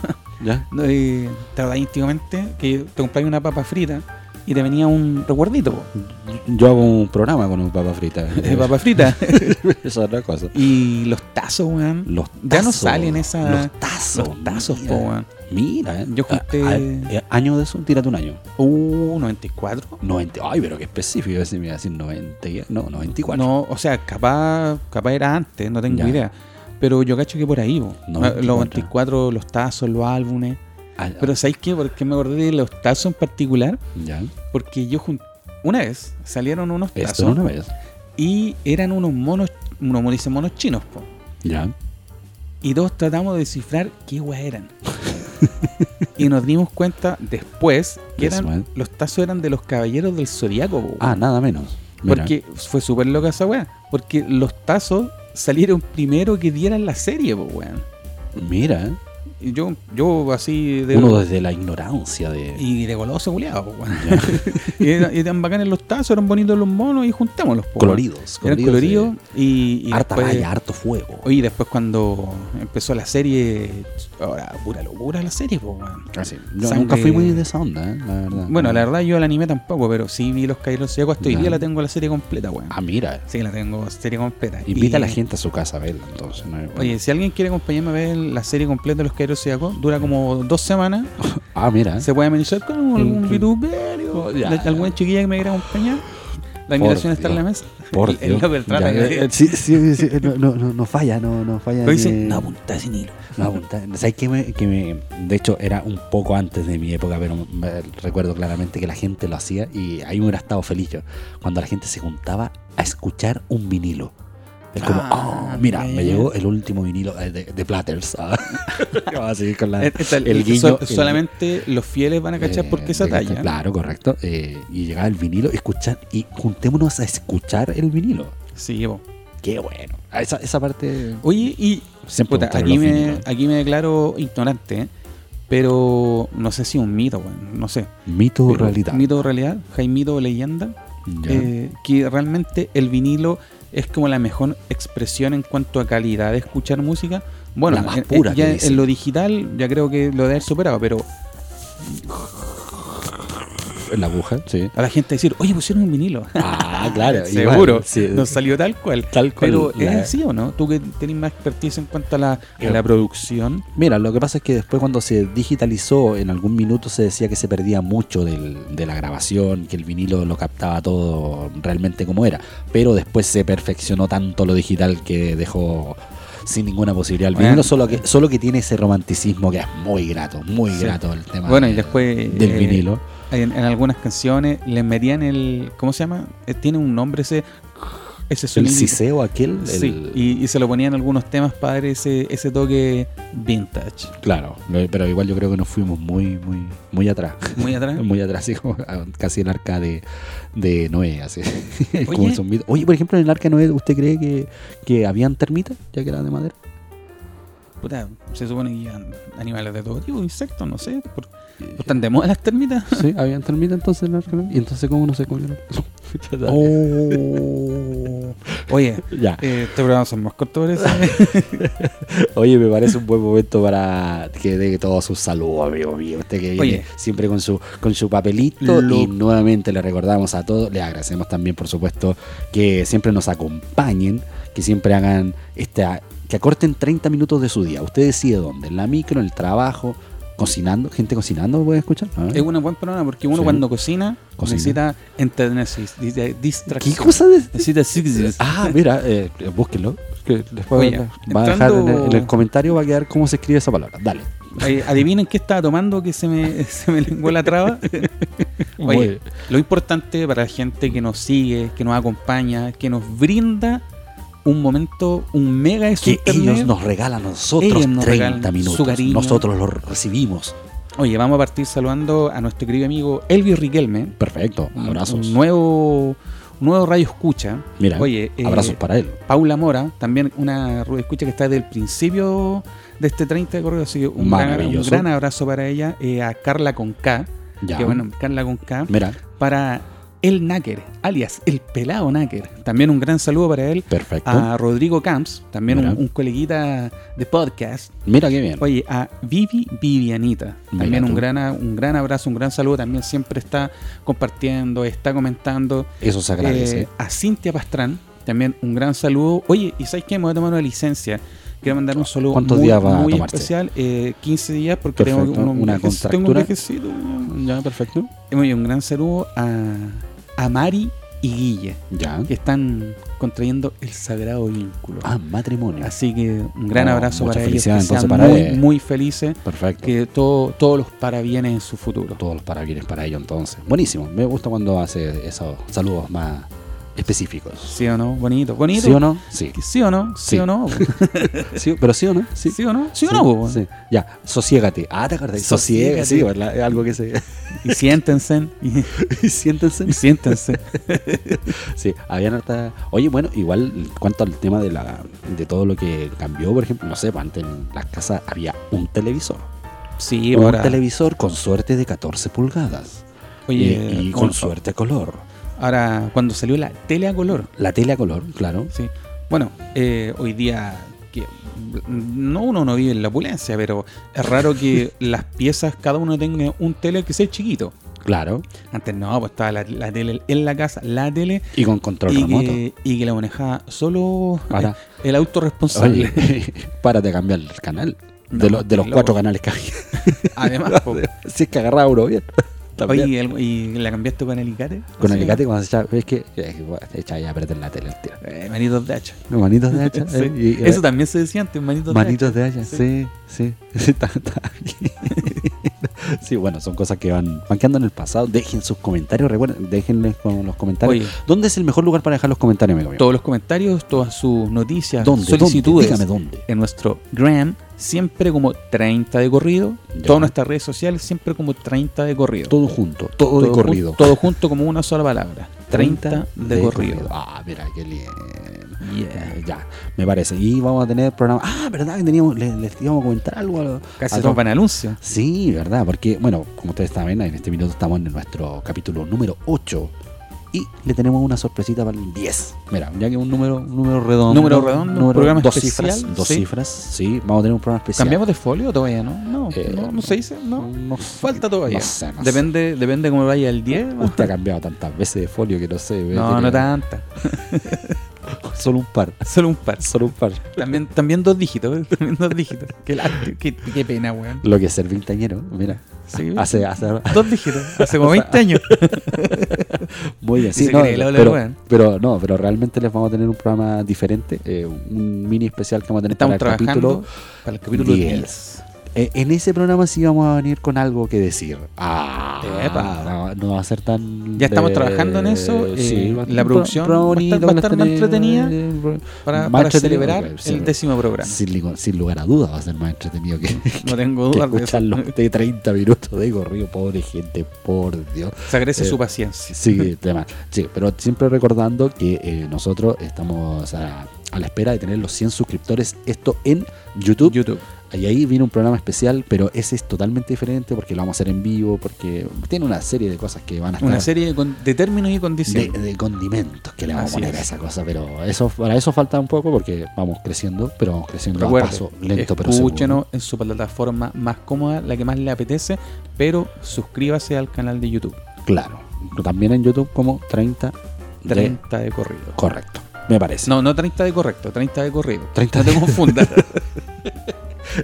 [SPEAKER 1] ya.
[SPEAKER 2] No, eh, te acordás íntimamente que te compráis una papa frita y te venía un recuerdito, po,
[SPEAKER 1] Yo hago un programa con un papa frita.
[SPEAKER 2] de papa frita.
[SPEAKER 1] Esa es otra cosa.
[SPEAKER 2] y los tazos, weón.
[SPEAKER 1] Los
[SPEAKER 2] Ya no
[SPEAKER 1] tazos,
[SPEAKER 2] salen esa-
[SPEAKER 1] Los tazos.
[SPEAKER 2] Los tazos,
[SPEAKER 1] mira.
[SPEAKER 2] po, weón.
[SPEAKER 1] Mira, eh.
[SPEAKER 2] Yo junté-
[SPEAKER 1] A- a- eh, año de eso, tírate un año.
[SPEAKER 2] Uh, 94.
[SPEAKER 1] 90. Ay, pero qué específico. Ese me iba a decir 90. y- No, 94.
[SPEAKER 2] No, o sea, capaz, capaz era antes, no tengo
[SPEAKER 1] Ya.
[SPEAKER 2] idea. Pero yo cacho que por ahí, po. Ah,
[SPEAKER 1] 94.
[SPEAKER 2] los 94, los tazos, los álbumes.
[SPEAKER 1] Ah,
[SPEAKER 2] Pero ¿sabéis qué? Porque me acordé de los tazos en particular.
[SPEAKER 1] ya.
[SPEAKER 2] Porque yo jun- una vez salieron unos
[SPEAKER 1] Esto
[SPEAKER 2] tazos
[SPEAKER 1] era una vez.
[SPEAKER 2] y eran unos monos, unos monos, dicen monos chinos, po.
[SPEAKER 1] Ya.
[SPEAKER 2] Y todos tratamos de descifrar qué weas eran. y nos dimos cuenta después que
[SPEAKER 1] Yes,
[SPEAKER 2] eran,
[SPEAKER 1] man.
[SPEAKER 2] los tazos eran de los caballeros del zodiaco. po,
[SPEAKER 1] Ah, nada menos. Mira.
[SPEAKER 2] Porque fue súper loca esa weá. Porque los tazos salieron primero que dieran la serie, po, weón.
[SPEAKER 1] Mira, ¿eh?
[SPEAKER 2] Y yo, yo así de.
[SPEAKER 1] uno desde la ignorancia de.
[SPEAKER 2] Y de goloso culiado, po, weón.
[SPEAKER 1] Ya.
[SPEAKER 2] y, era- y eran bacanes los tazos, eran bonitos los monos y juntémoslos, po, weón.
[SPEAKER 1] coloridos.
[SPEAKER 2] Eran coloridos y. y
[SPEAKER 1] de- harta
[SPEAKER 2] después-
[SPEAKER 1] raya, harto fuego.
[SPEAKER 2] Oye, y después cuando empezó la serie. Ahora, pura locura la serie, po, weón.
[SPEAKER 1] Así. Ah, Yo
[SPEAKER 2] Sangre-
[SPEAKER 1] nunca fui muy de esa onda, ¿eh? la verdad.
[SPEAKER 2] Bueno, la verdad yo al anime tampoco, pero sí vi los Kairos Zodiaco hasta hoy
[SPEAKER 1] Ya.
[SPEAKER 2] día la tengo la serie completa, weón.
[SPEAKER 1] Ah, mira.
[SPEAKER 2] Sí, la tengo serie completa.
[SPEAKER 1] Invita a la
[SPEAKER 2] Y-
[SPEAKER 1] gente a su casa a verla, entonces. no hay-
[SPEAKER 2] Oye, si alguien quiere acompañarme a ver la serie completa de los Kairos Zodiaco, dura como dos semanas.
[SPEAKER 1] ah, mira.
[SPEAKER 2] Se puede amenizar con
[SPEAKER 1] Mm,
[SPEAKER 2] algún VTuber o
[SPEAKER 1] Ya.
[SPEAKER 2] la- alguna chiquilla que me quiera acompañar. La
[SPEAKER 1] Por
[SPEAKER 2] invitación está en la
[SPEAKER 1] Dios.
[SPEAKER 2] mesa.
[SPEAKER 1] Por
[SPEAKER 2] El- el
[SPEAKER 1] Dios. Ya,
[SPEAKER 2] López trata que-
[SPEAKER 1] eh, sí, sí, sí, no, no, no, no falla, no, no falla.
[SPEAKER 2] Lo dicen,
[SPEAKER 1] ni-
[SPEAKER 2] no apunta sin hilo.
[SPEAKER 1] No, apunta- ¿Sabes qué me, que me- De hecho, era un poco antes de mi época, pero me- recuerdo claramente que la gente lo hacía y ahí me hubiera estado feliz yo. Cuando la gente se juntaba a escuchar un vinilo. Es como,
[SPEAKER 2] Ah,
[SPEAKER 1] oh, mira,
[SPEAKER 2] ya,
[SPEAKER 1] me
[SPEAKER 2] ya,
[SPEAKER 1] llegó el último vinilo eh, de, de Platters. ah. Vamos a seguir con la-
[SPEAKER 2] Es- es-
[SPEAKER 1] el guiño.
[SPEAKER 2] sol-
[SPEAKER 1] el-
[SPEAKER 2] solamente los fieles van a cachar
[SPEAKER 1] eh,
[SPEAKER 2] por qué esa
[SPEAKER 1] de que-
[SPEAKER 2] talla.
[SPEAKER 1] Claro, correcto. Eh, y llegaba el vinilo, escuchar y juntémonos a escuchar el vinilo.
[SPEAKER 2] Sí, po.
[SPEAKER 1] Qué bueno. Ah, Esa, esa parte.
[SPEAKER 2] Oye, y
[SPEAKER 1] Siempre
[SPEAKER 2] puta,
[SPEAKER 1] gustaron
[SPEAKER 2] aquí,
[SPEAKER 1] los
[SPEAKER 2] me,
[SPEAKER 1] vinilos.
[SPEAKER 2] aquí me declaro ignorante, ¿eh? pero no sé si es un mito, weón, no sé.
[SPEAKER 1] Mito o
[SPEAKER 2] Pero,
[SPEAKER 1] realidad.
[SPEAKER 2] Mito o realidad, Jaimito o leyenda.
[SPEAKER 1] Ya.
[SPEAKER 2] eh, que realmente el vinilo es como la mejor expresión en cuanto a calidad de escuchar música. Bueno,
[SPEAKER 1] La más
[SPEAKER 2] en-
[SPEAKER 1] pura,
[SPEAKER 2] en, ya
[SPEAKER 1] te dicen.
[SPEAKER 2] en lo digital ya creo que lo de haber superado, pero
[SPEAKER 1] La aguja, sí.
[SPEAKER 2] a la gente decir, oye, pusieron un vinilo.
[SPEAKER 1] Ah, claro.
[SPEAKER 2] Seguro,
[SPEAKER 1] igual, sí.
[SPEAKER 2] nos salió tal cual.
[SPEAKER 1] Tal cual,
[SPEAKER 2] Pero
[SPEAKER 1] la-
[SPEAKER 2] es así o no? Tú que tenés más expertise en cuanto a la, a la
[SPEAKER 1] Claro.
[SPEAKER 2] producción.
[SPEAKER 1] Mira, lo que pasa es que después cuando se digitalizó, en algún minuto se decía que se perdía mucho del- de la grabación, que el vinilo lo captaba todo realmente como era. Pero después se perfeccionó tanto lo digital que dejó sin ninguna posibilidad el
[SPEAKER 2] Bueno.
[SPEAKER 1] vinilo, solo que, solo que tiene ese romanticismo que es muy grato, muy
[SPEAKER 2] Sí.
[SPEAKER 1] grato el tema
[SPEAKER 2] Bueno, y
[SPEAKER 1] de-
[SPEAKER 2] después,
[SPEAKER 1] Ah, del
[SPEAKER 2] eh,
[SPEAKER 1] vinilo.
[SPEAKER 2] En, en algunas canciones les metían el. ¿Cómo se llama? Eh, Tiene un nombre ese. Ese
[SPEAKER 1] El
[SPEAKER 2] sonido.
[SPEAKER 1] siseo aquel, el-
[SPEAKER 2] Sí, y, y se lo ponían algunos temas para dar ese, ese toque vintage.
[SPEAKER 1] claro, lo- pero igual yo creo que nos fuimos muy, muy, muy atrás.
[SPEAKER 2] Muy atrás.
[SPEAKER 1] Muy atrás, así como a- casi el arca de, de Noé, así. como
[SPEAKER 2] Oye.
[SPEAKER 1] esos mitos. Oye, por ejemplo, en el arca de Noé, ¿usted cree que, que habían termitas, ya que eran de madera?
[SPEAKER 2] Puta, se supone que iban animales de todo tipo, insectos, no sé. Por, por ¿Están de moda las termitas?
[SPEAKER 1] Sí, habían termitas entonces en el arca de Noé. ¿Y entonces cómo no se comieron?
[SPEAKER 2] Oh. Oye,
[SPEAKER 1] Ya,
[SPEAKER 2] eh, este programa son más cortos,
[SPEAKER 1] Ah,
[SPEAKER 2] parece.
[SPEAKER 1] oye, me parece un buen momento para que dé todos sus saludos, amigo mío. Usted que viene
[SPEAKER 2] Oye.
[SPEAKER 1] siempre con su, con su papelito.
[SPEAKER 2] Lo-
[SPEAKER 1] Y nuevamente le recordamos a todos, le agradecemos también, por supuesto, que siempre nos acompañen, que siempre hagan esta, que acorten 30 minutos de su día. Usted decide dónde, en la micro, en el trabajo, cocinando, gente cocinando, ¿puede escuchar? A ver.
[SPEAKER 2] es una buen programa porque uno
[SPEAKER 1] Sí.
[SPEAKER 2] cuando cocina,
[SPEAKER 1] Cocina.
[SPEAKER 2] necesita entretenerse, dis-
[SPEAKER 1] ¿Qué
[SPEAKER 2] distracción.
[SPEAKER 1] cosa de-
[SPEAKER 2] Necesita sixes.
[SPEAKER 1] Ah, mira, eh, búsquenlo. que después
[SPEAKER 2] Oye,
[SPEAKER 1] va a dejar en el,
[SPEAKER 2] entrando-
[SPEAKER 1] en el comentario, va a quedar cómo se escribe esa palabra. Dale.
[SPEAKER 2] Eh, adivinen qué estaba tomando que se me, se me lenguó la traba.
[SPEAKER 1] Muy
[SPEAKER 2] Oye,
[SPEAKER 1] bien.
[SPEAKER 2] lo importante para la gente que nos sigue, que nos acompaña, que nos brinda un momento, un mega
[SPEAKER 1] que
[SPEAKER 2] internet.
[SPEAKER 1] ellos nos regalan a nosotros
[SPEAKER 2] Ellos nos
[SPEAKER 1] 30
[SPEAKER 2] regalan
[SPEAKER 1] minutos.
[SPEAKER 2] su cariño.
[SPEAKER 1] Nosotros los recibimos.
[SPEAKER 2] Oye, vamos a partir saludando a nuestro querido amigo Elvio Riquelme.
[SPEAKER 1] Perfecto.
[SPEAKER 2] un-
[SPEAKER 1] Abrazos.
[SPEAKER 2] Un nuevo, un nuevo radio escucha.
[SPEAKER 1] Mira,
[SPEAKER 2] mm, Oye, eh,
[SPEAKER 1] abrazos para él.
[SPEAKER 2] Paula Mora, también una radio escucha que está desde el principio de este 30 de correo. Así que un gran, un
[SPEAKER 1] Maravilloso.
[SPEAKER 2] gran abrazo para ella. eh, a Carla con K.
[SPEAKER 1] Ya.
[SPEAKER 2] Que bueno, Carla con K.
[SPEAKER 1] Mira,
[SPEAKER 2] para el Náquer, alias el pelado Náquer. También un gran saludo para él.
[SPEAKER 1] perfecto.
[SPEAKER 2] A Rodrigo Camps, también un,
[SPEAKER 1] Mira.
[SPEAKER 2] un coleguita de podcast.
[SPEAKER 1] Mira qué bien.
[SPEAKER 2] Oye, a Vivi Vivianita,
[SPEAKER 1] Mira
[SPEAKER 2] también un
[SPEAKER 1] tú.
[SPEAKER 2] gran, a- un gran abrazo, un gran saludo. También siempre está compartiendo, está comentando.
[SPEAKER 1] Eso se agradece.
[SPEAKER 2] Eh, a Cintia Pastrán, también un gran saludo. Oye, ¿y sabes qué? Me voy a tomar una licencia. Quiero mandar un saludo
[SPEAKER 1] ¿Cuántos
[SPEAKER 2] muy,
[SPEAKER 1] días va a
[SPEAKER 2] muy
[SPEAKER 1] tomarse?
[SPEAKER 2] especial. eh, 15 días porque
[SPEAKER 1] Perfecto,
[SPEAKER 2] tengo
[SPEAKER 1] una
[SPEAKER 2] viajecito, tengo
[SPEAKER 1] contractura.
[SPEAKER 2] viajecito, weón.
[SPEAKER 1] ya, perfecto.
[SPEAKER 2] Y muy bien, un gran saludo a, a Mari y Guille,
[SPEAKER 1] Ya.
[SPEAKER 2] que están contrayendo el sagrado vínculo.
[SPEAKER 1] Ah, matrimonio.
[SPEAKER 2] Así que un gran
[SPEAKER 1] No,
[SPEAKER 2] abrazo
[SPEAKER 1] muchas
[SPEAKER 2] para ellos, que
[SPEAKER 1] felicidades,
[SPEAKER 2] sean
[SPEAKER 1] entonces, para
[SPEAKER 2] muy,
[SPEAKER 1] ellos.
[SPEAKER 2] muy felices,
[SPEAKER 1] Perfecto.
[SPEAKER 2] que todo, todos los parabienes en su futuro.
[SPEAKER 1] Todos los parabienes para ello entonces. Buenísimo. Me gusta cuando hace esos saludos más, específicos.
[SPEAKER 2] ¿Sí o no? Bonito, bonito.
[SPEAKER 1] ¿Sí o no? Sí.
[SPEAKER 2] ¿Sí o no? ¿Sí,
[SPEAKER 1] Sí.
[SPEAKER 2] o no?
[SPEAKER 1] Sí, ¿Pero sí o no? Sí.
[SPEAKER 2] ¿Sí, o no? ¿Sí, o no?
[SPEAKER 1] Sí,
[SPEAKER 2] po?
[SPEAKER 1] sí. Ya, sosiégate. Ah, te acordás. Sosiégate.
[SPEAKER 2] Sosiégate.
[SPEAKER 1] Sí, ¿verdad? Es algo que se.
[SPEAKER 2] Y siéntense. Y,
[SPEAKER 1] y siéntense.
[SPEAKER 2] y siéntense.
[SPEAKER 1] Sí, habían harta. Oye, bueno, igual en cuanto al tema de la de todo lo que cambió, por ejemplo, no sé, pues, antes en las casas había un televisor.
[SPEAKER 2] Sí,
[SPEAKER 1] un
[SPEAKER 2] ahora.
[SPEAKER 1] televisor con suerte de 14 pulgadas. eh,
[SPEAKER 2] Oye,
[SPEAKER 1] y, y
[SPEAKER 2] con-
[SPEAKER 1] con suerte a color.
[SPEAKER 2] ahora, cuando salió la tele a color,
[SPEAKER 1] La tele a color, claro.
[SPEAKER 2] Sí. Bueno, eh, hoy día que no uno no vive en la opulencia, pero es raro que las piezas cada uno tenga un tele que sea chiquito.
[SPEAKER 1] Claro.
[SPEAKER 2] Antes no, pues estaba la, la tele en la casa, la tele
[SPEAKER 1] Y con control
[SPEAKER 2] y
[SPEAKER 1] remoto.
[SPEAKER 2] que, y que la manejaba solo
[SPEAKER 1] Ahora.
[SPEAKER 2] el autorresponsable.
[SPEAKER 1] Oye, párate a cambiar el canal. de,
[SPEAKER 2] No,
[SPEAKER 1] lo- de los
[SPEAKER 2] loco.
[SPEAKER 1] cuatro canales que había.
[SPEAKER 2] Además, po.
[SPEAKER 1] si es que agarraba uno bien. También.
[SPEAKER 2] Oye, el- y la cambiaste con alicate.
[SPEAKER 1] con
[SPEAKER 2] Sí.
[SPEAKER 1] el alicate cuando se echa, es que eh, bueno, se echa ya a perder la tele el tío.
[SPEAKER 2] Eh, manitos de hacha.
[SPEAKER 1] Los manitos de hacha.
[SPEAKER 2] Sí.
[SPEAKER 1] eh, y- y-
[SPEAKER 2] Eso también se decía antes, manitos de
[SPEAKER 1] Manitos de haya, sí,
[SPEAKER 2] Sí.
[SPEAKER 1] sí. Sí, está- está bien. Sí, bueno, son cosas que van, van quedando en el pasado. Dejen sus comentarios, recuerden, déjenles con los
[SPEAKER 2] hacha.
[SPEAKER 1] comentarios.
[SPEAKER 2] Oye,
[SPEAKER 1] ¿Dónde es el mejor lugar para dejar los comentarios, amigo mío?
[SPEAKER 2] todos los comentarios, todas sus noticias,
[SPEAKER 1] ¿Dónde?
[SPEAKER 2] solicitudes.
[SPEAKER 1] ¿Dónde? Dígame dónde.
[SPEAKER 2] en nuestro gram, siempre como 30 de corrido.
[SPEAKER 1] Ya.
[SPEAKER 2] Todas nuestras redes sociales, siempre como 30 de corrido.
[SPEAKER 1] Todo junto, todo, de
[SPEAKER 2] ju-
[SPEAKER 1] corrido.
[SPEAKER 2] todo junto como una sola palabra. 30, de, corrido.
[SPEAKER 1] Ah, mira, qué lindo.
[SPEAKER 2] Yeah.
[SPEAKER 1] Eh, ya, me parece. Y vamos a tener programa. Ah, ¿verdad? Que teníamos, les, les íbamos a comentar algo. a- a
[SPEAKER 2] Casi
[SPEAKER 1] todos.
[SPEAKER 2] nos van anuncios.
[SPEAKER 1] Sí, ¿verdad? Porque, bueno, como ustedes saben, en este minuto estamos en nuestro capítulo número 8 y le tenemos una sorpresita para el 10. Mira, ya que un número, un número redondo.
[SPEAKER 2] Número redondo, un programa
[SPEAKER 1] dos
[SPEAKER 2] especial,
[SPEAKER 1] cifras. Dos
[SPEAKER 2] sí.
[SPEAKER 1] cifras, sí. Vamos a tener un programa especial.
[SPEAKER 2] ¿Cambiamos de folio todavía, no? No,
[SPEAKER 1] Eh,
[SPEAKER 2] no, no se dice, no.
[SPEAKER 1] No sé,
[SPEAKER 2] Falta todavía.
[SPEAKER 1] No sé, no
[SPEAKER 2] depende, depende cómo vaya el 10.
[SPEAKER 1] sé. Usted ha cambiado tantas veces de folio que no sé.
[SPEAKER 2] No,
[SPEAKER 1] tiene-
[SPEAKER 2] no tanta.
[SPEAKER 1] Solo un par.
[SPEAKER 2] Solo un par.
[SPEAKER 1] Solo un par.
[SPEAKER 2] También, también dos dígitos. eh, También dos dígitos. Qué, lástima, qué, qué pena, weón.
[SPEAKER 1] Lo que es ser vintañero, mira.
[SPEAKER 2] Sí.
[SPEAKER 1] Hace, hace,
[SPEAKER 2] Dos dígitos. Hace como 20 años.
[SPEAKER 1] Muy bien,
[SPEAKER 2] Y
[SPEAKER 1] sí,
[SPEAKER 2] se
[SPEAKER 1] no,
[SPEAKER 2] cree la ola del
[SPEAKER 1] pero,
[SPEAKER 2] weón.
[SPEAKER 1] pero no, pero realmente les vamos a tener un programa diferente, eh, un mini especial que vamos a tener
[SPEAKER 2] Estamos
[SPEAKER 1] para el
[SPEAKER 2] trabajando
[SPEAKER 1] capítulo.
[SPEAKER 2] para el capítulo
[SPEAKER 1] 10.
[SPEAKER 2] 10.
[SPEAKER 1] Eh, en ese programa sí vamos a venir con algo que decir. Ah,
[SPEAKER 2] Epa.
[SPEAKER 1] no, no va a ser tan.
[SPEAKER 2] Ya estamos
[SPEAKER 1] eh,
[SPEAKER 2] trabajando en eso, eh,
[SPEAKER 1] va a-
[SPEAKER 2] la
[SPEAKER 1] pro-
[SPEAKER 2] producción
[SPEAKER 1] pro-
[SPEAKER 2] va a estar-
[SPEAKER 1] bonito,
[SPEAKER 2] va a
[SPEAKER 1] las
[SPEAKER 2] estar más
[SPEAKER 1] tenemos,
[SPEAKER 2] entretenida.
[SPEAKER 1] eh, pro-
[SPEAKER 2] Para,
[SPEAKER 1] más
[SPEAKER 2] para
[SPEAKER 1] entretenido,
[SPEAKER 2] celebrar
[SPEAKER 1] güey, sí.
[SPEAKER 2] el décimo programa.
[SPEAKER 1] sin, li- sin lugar a dudas va a ser más entretenido que,
[SPEAKER 2] No tengo
[SPEAKER 1] que
[SPEAKER 2] dudas de eso.
[SPEAKER 1] escuchar los de 30 minutos de corrido, pobre gente, por Dios.
[SPEAKER 2] Se agradece
[SPEAKER 1] eh,
[SPEAKER 2] su paciencia.
[SPEAKER 1] Sí, tema. Sí, pero siempre recordando que eh, nosotros estamos a, a la espera de tener los 100 suscriptores. Esto en YouTube.
[SPEAKER 2] YouTube.
[SPEAKER 1] Y ahí viene un programa especial, pero ese es totalmente diferente porque lo vamos a hacer en vivo, porque tiene una serie de cosas que van a estar.
[SPEAKER 2] Una serie de, con- de términos y
[SPEAKER 1] Ah. de,
[SPEAKER 2] condiciones.
[SPEAKER 1] de condimentos que le vamos a
[SPEAKER 2] Así
[SPEAKER 1] poner a
[SPEAKER 2] es.
[SPEAKER 1] esa cosa, pero eso para eso falta un poco porque vamos creciendo, pero vamos creciendo a
[SPEAKER 2] Recuerde,
[SPEAKER 1] paso lento, pero seguro.
[SPEAKER 2] escúchenos en su plataforma más cómoda, la que más le apetece, pero suscríbase al canal de YouTube.
[SPEAKER 1] Claro. También en YouTube como 30 de-
[SPEAKER 2] 30 de corrido.
[SPEAKER 1] correcto. Me parece.
[SPEAKER 2] No, no 30 de correcto, 30 de corrido.
[SPEAKER 1] 30
[SPEAKER 2] no
[SPEAKER 1] de-
[SPEAKER 2] te confundas.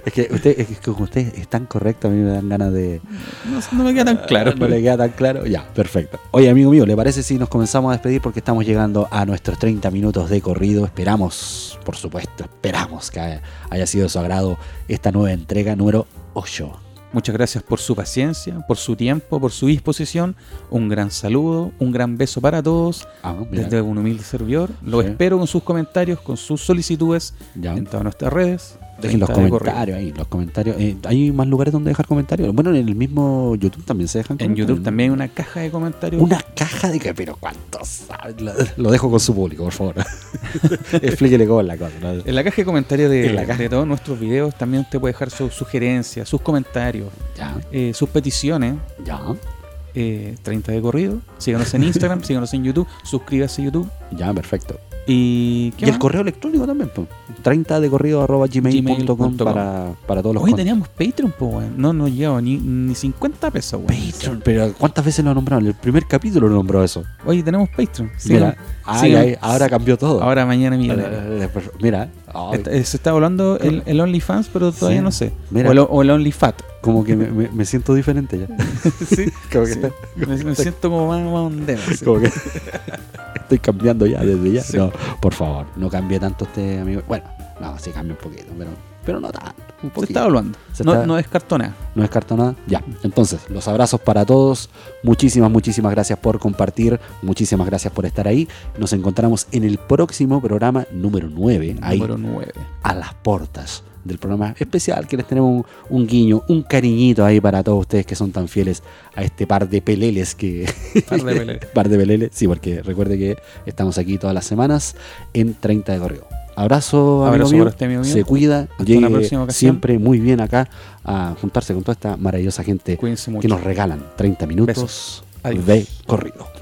[SPEAKER 1] Es que usted, es que como usted es tan correcto, a mí me dan ganas de.
[SPEAKER 2] No, no me queda tan claro.
[SPEAKER 1] No le queda tan claro. Ya, perfecto. Oye, amigo mío, ¿le parece si nos comenzamos a despedir? Porque estamos llegando a nuestros 30 minutos de corrido. Esperamos, por supuesto, esperamos que haya- haya sido de su agrado esta nueva entrega número 8.
[SPEAKER 2] Muchas gracias por su paciencia, por su tiempo, por su disposición. Un gran saludo, un gran beso para todos.
[SPEAKER 1] Ah, mira,
[SPEAKER 2] Desde un humilde servidor, lo
[SPEAKER 1] Sí.
[SPEAKER 2] espero con sus comentarios, con sus solicitudes
[SPEAKER 1] ya.
[SPEAKER 2] en todas nuestras redes.
[SPEAKER 1] Dejen los
[SPEAKER 2] Está de corrido.
[SPEAKER 1] comentarios ahí, los comentarios. Eh, ¿Hay más lugares donde dejar comentarios? Bueno, en el mismo YouTube también se dejan
[SPEAKER 2] En
[SPEAKER 1] comentarios,
[SPEAKER 2] YouTube
[SPEAKER 1] ¿no?
[SPEAKER 2] también hay una caja de comentarios.
[SPEAKER 1] Mm. Una caja de que, pero ¿cuántos? saben? Lo, lo dejo con su público, por favor. Explíquele cómo es la cosa. ¿no?
[SPEAKER 2] En la caja de comentarios de,
[SPEAKER 1] En la caja.
[SPEAKER 2] de todos nuestros videos también usted puede dejar sus sugerencias, sus comentarios,
[SPEAKER 1] Ya,
[SPEAKER 2] eh, sus peticiones.
[SPEAKER 1] ya.
[SPEAKER 2] eh, 30 de corrido. Síganos en Instagram, síganos en YouTube, suscríbase a YouTube.
[SPEAKER 1] Ya, perfecto.
[SPEAKER 2] Y,
[SPEAKER 1] Y
[SPEAKER 2] ¿qué
[SPEAKER 1] el
[SPEAKER 2] más?
[SPEAKER 1] correo electrónico también, po. 30 de corrido arroba gmail punto com
[SPEAKER 2] Gmail punto com.
[SPEAKER 1] para, para todos los
[SPEAKER 2] Hoy
[SPEAKER 1] con-
[SPEAKER 2] teníamos Patreon, po, weón. No nos lleva ni, ni 50 pesos, weón.
[SPEAKER 1] Patreon, pero ¿cuántas veces lo nombraron? El primer capítulo lo nombró eso.
[SPEAKER 2] Oye, tenemos Patreon. Sí,
[SPEAKER 1] Mira,
[SPEAKER 2] ¿no?
[SPEAKER 1] ay,
[SPEAKER 2] sigan-
[SPEAKER 1] ay, ahora cambió todo.
[SPEAKER 2] Ahora mañana mira.
[SPEAKER 1] Ahora- después- mira, este, ay,
[SPEAKER 2] Está- eh, se está hablando el, el OnlyFans, pero todavía
[SPEAKER 1] Sí.
[SPEAKER 2] no sé.
[SPEAKER 1] Mira.
[SPEAKER 2] O, el, o el OnlyFat.
[SPEAKER 1] como que me, me- me siento diferente ya.
[SPEAKER 2] Sí,
[SPEAKER 1] Como que,
[SPEAKER 2] sí. Me, me siento como más, más ondero, sí.
[SPEAKER 1] como que estoy cambiando ya desde ya.
[SPEAKER 2] Sí.
[SPEAKER 1] No, por favor, no cambie tanto este amigo. Bueno, no, sí cambia un poquito, pero, pero no tanto. Un
[SPEAKER 2] Se está
[SPEAKER 1] poquito.
[SPEAKER 2] evaluando.
[SPEAKER 1] Se
[SPEAKER 2] no,
[SPEAKER 1] está-
[SPEAKER 2] no descartó nada.
[SPEAKER 1] No descarto nada. Ya. Entonces, los abrazos para todos. Muchísimas, muchísimas gracias por compartir. Muchísimas gracias por estar ahí. Nos encontramos en el próximo programa número 9. Ahí
[SPEAKER 2] Número 9.
[SPEAKER 1] a las portas del programa especial que les tenemos un, un guiño, un cariñito ahí para todos ustedes que son tan fieles a este par de peleles que...
[SPEAKER 2] Par de peleles.
[SPEAKER 1] par de peleles, sí, porque recuerde que estamos aquí todas las semanas en 30 de correo. Abrazo, amigo
[SPEAKER 2] Abrazo
[SPEAKER 1] mío.
[SPEAKER 2] para usted, amigo mío.
[SPEAKER 1] Se cuida.
[SPEAKER 2] una
[SPEAKER 1] Llegue
[SPEAKER 2] próxima ocasión.
[SPEAKER 1] siempre muy bien acá a juntarse con toda esta maravillosa gente que
[SPEAKER 2] Cuídense mucho.
[SPEAKER 1] nos regalan 30 minutos
[SPEAKER 2] Besos. Adiós.
[SPEAKER 1] de corrido.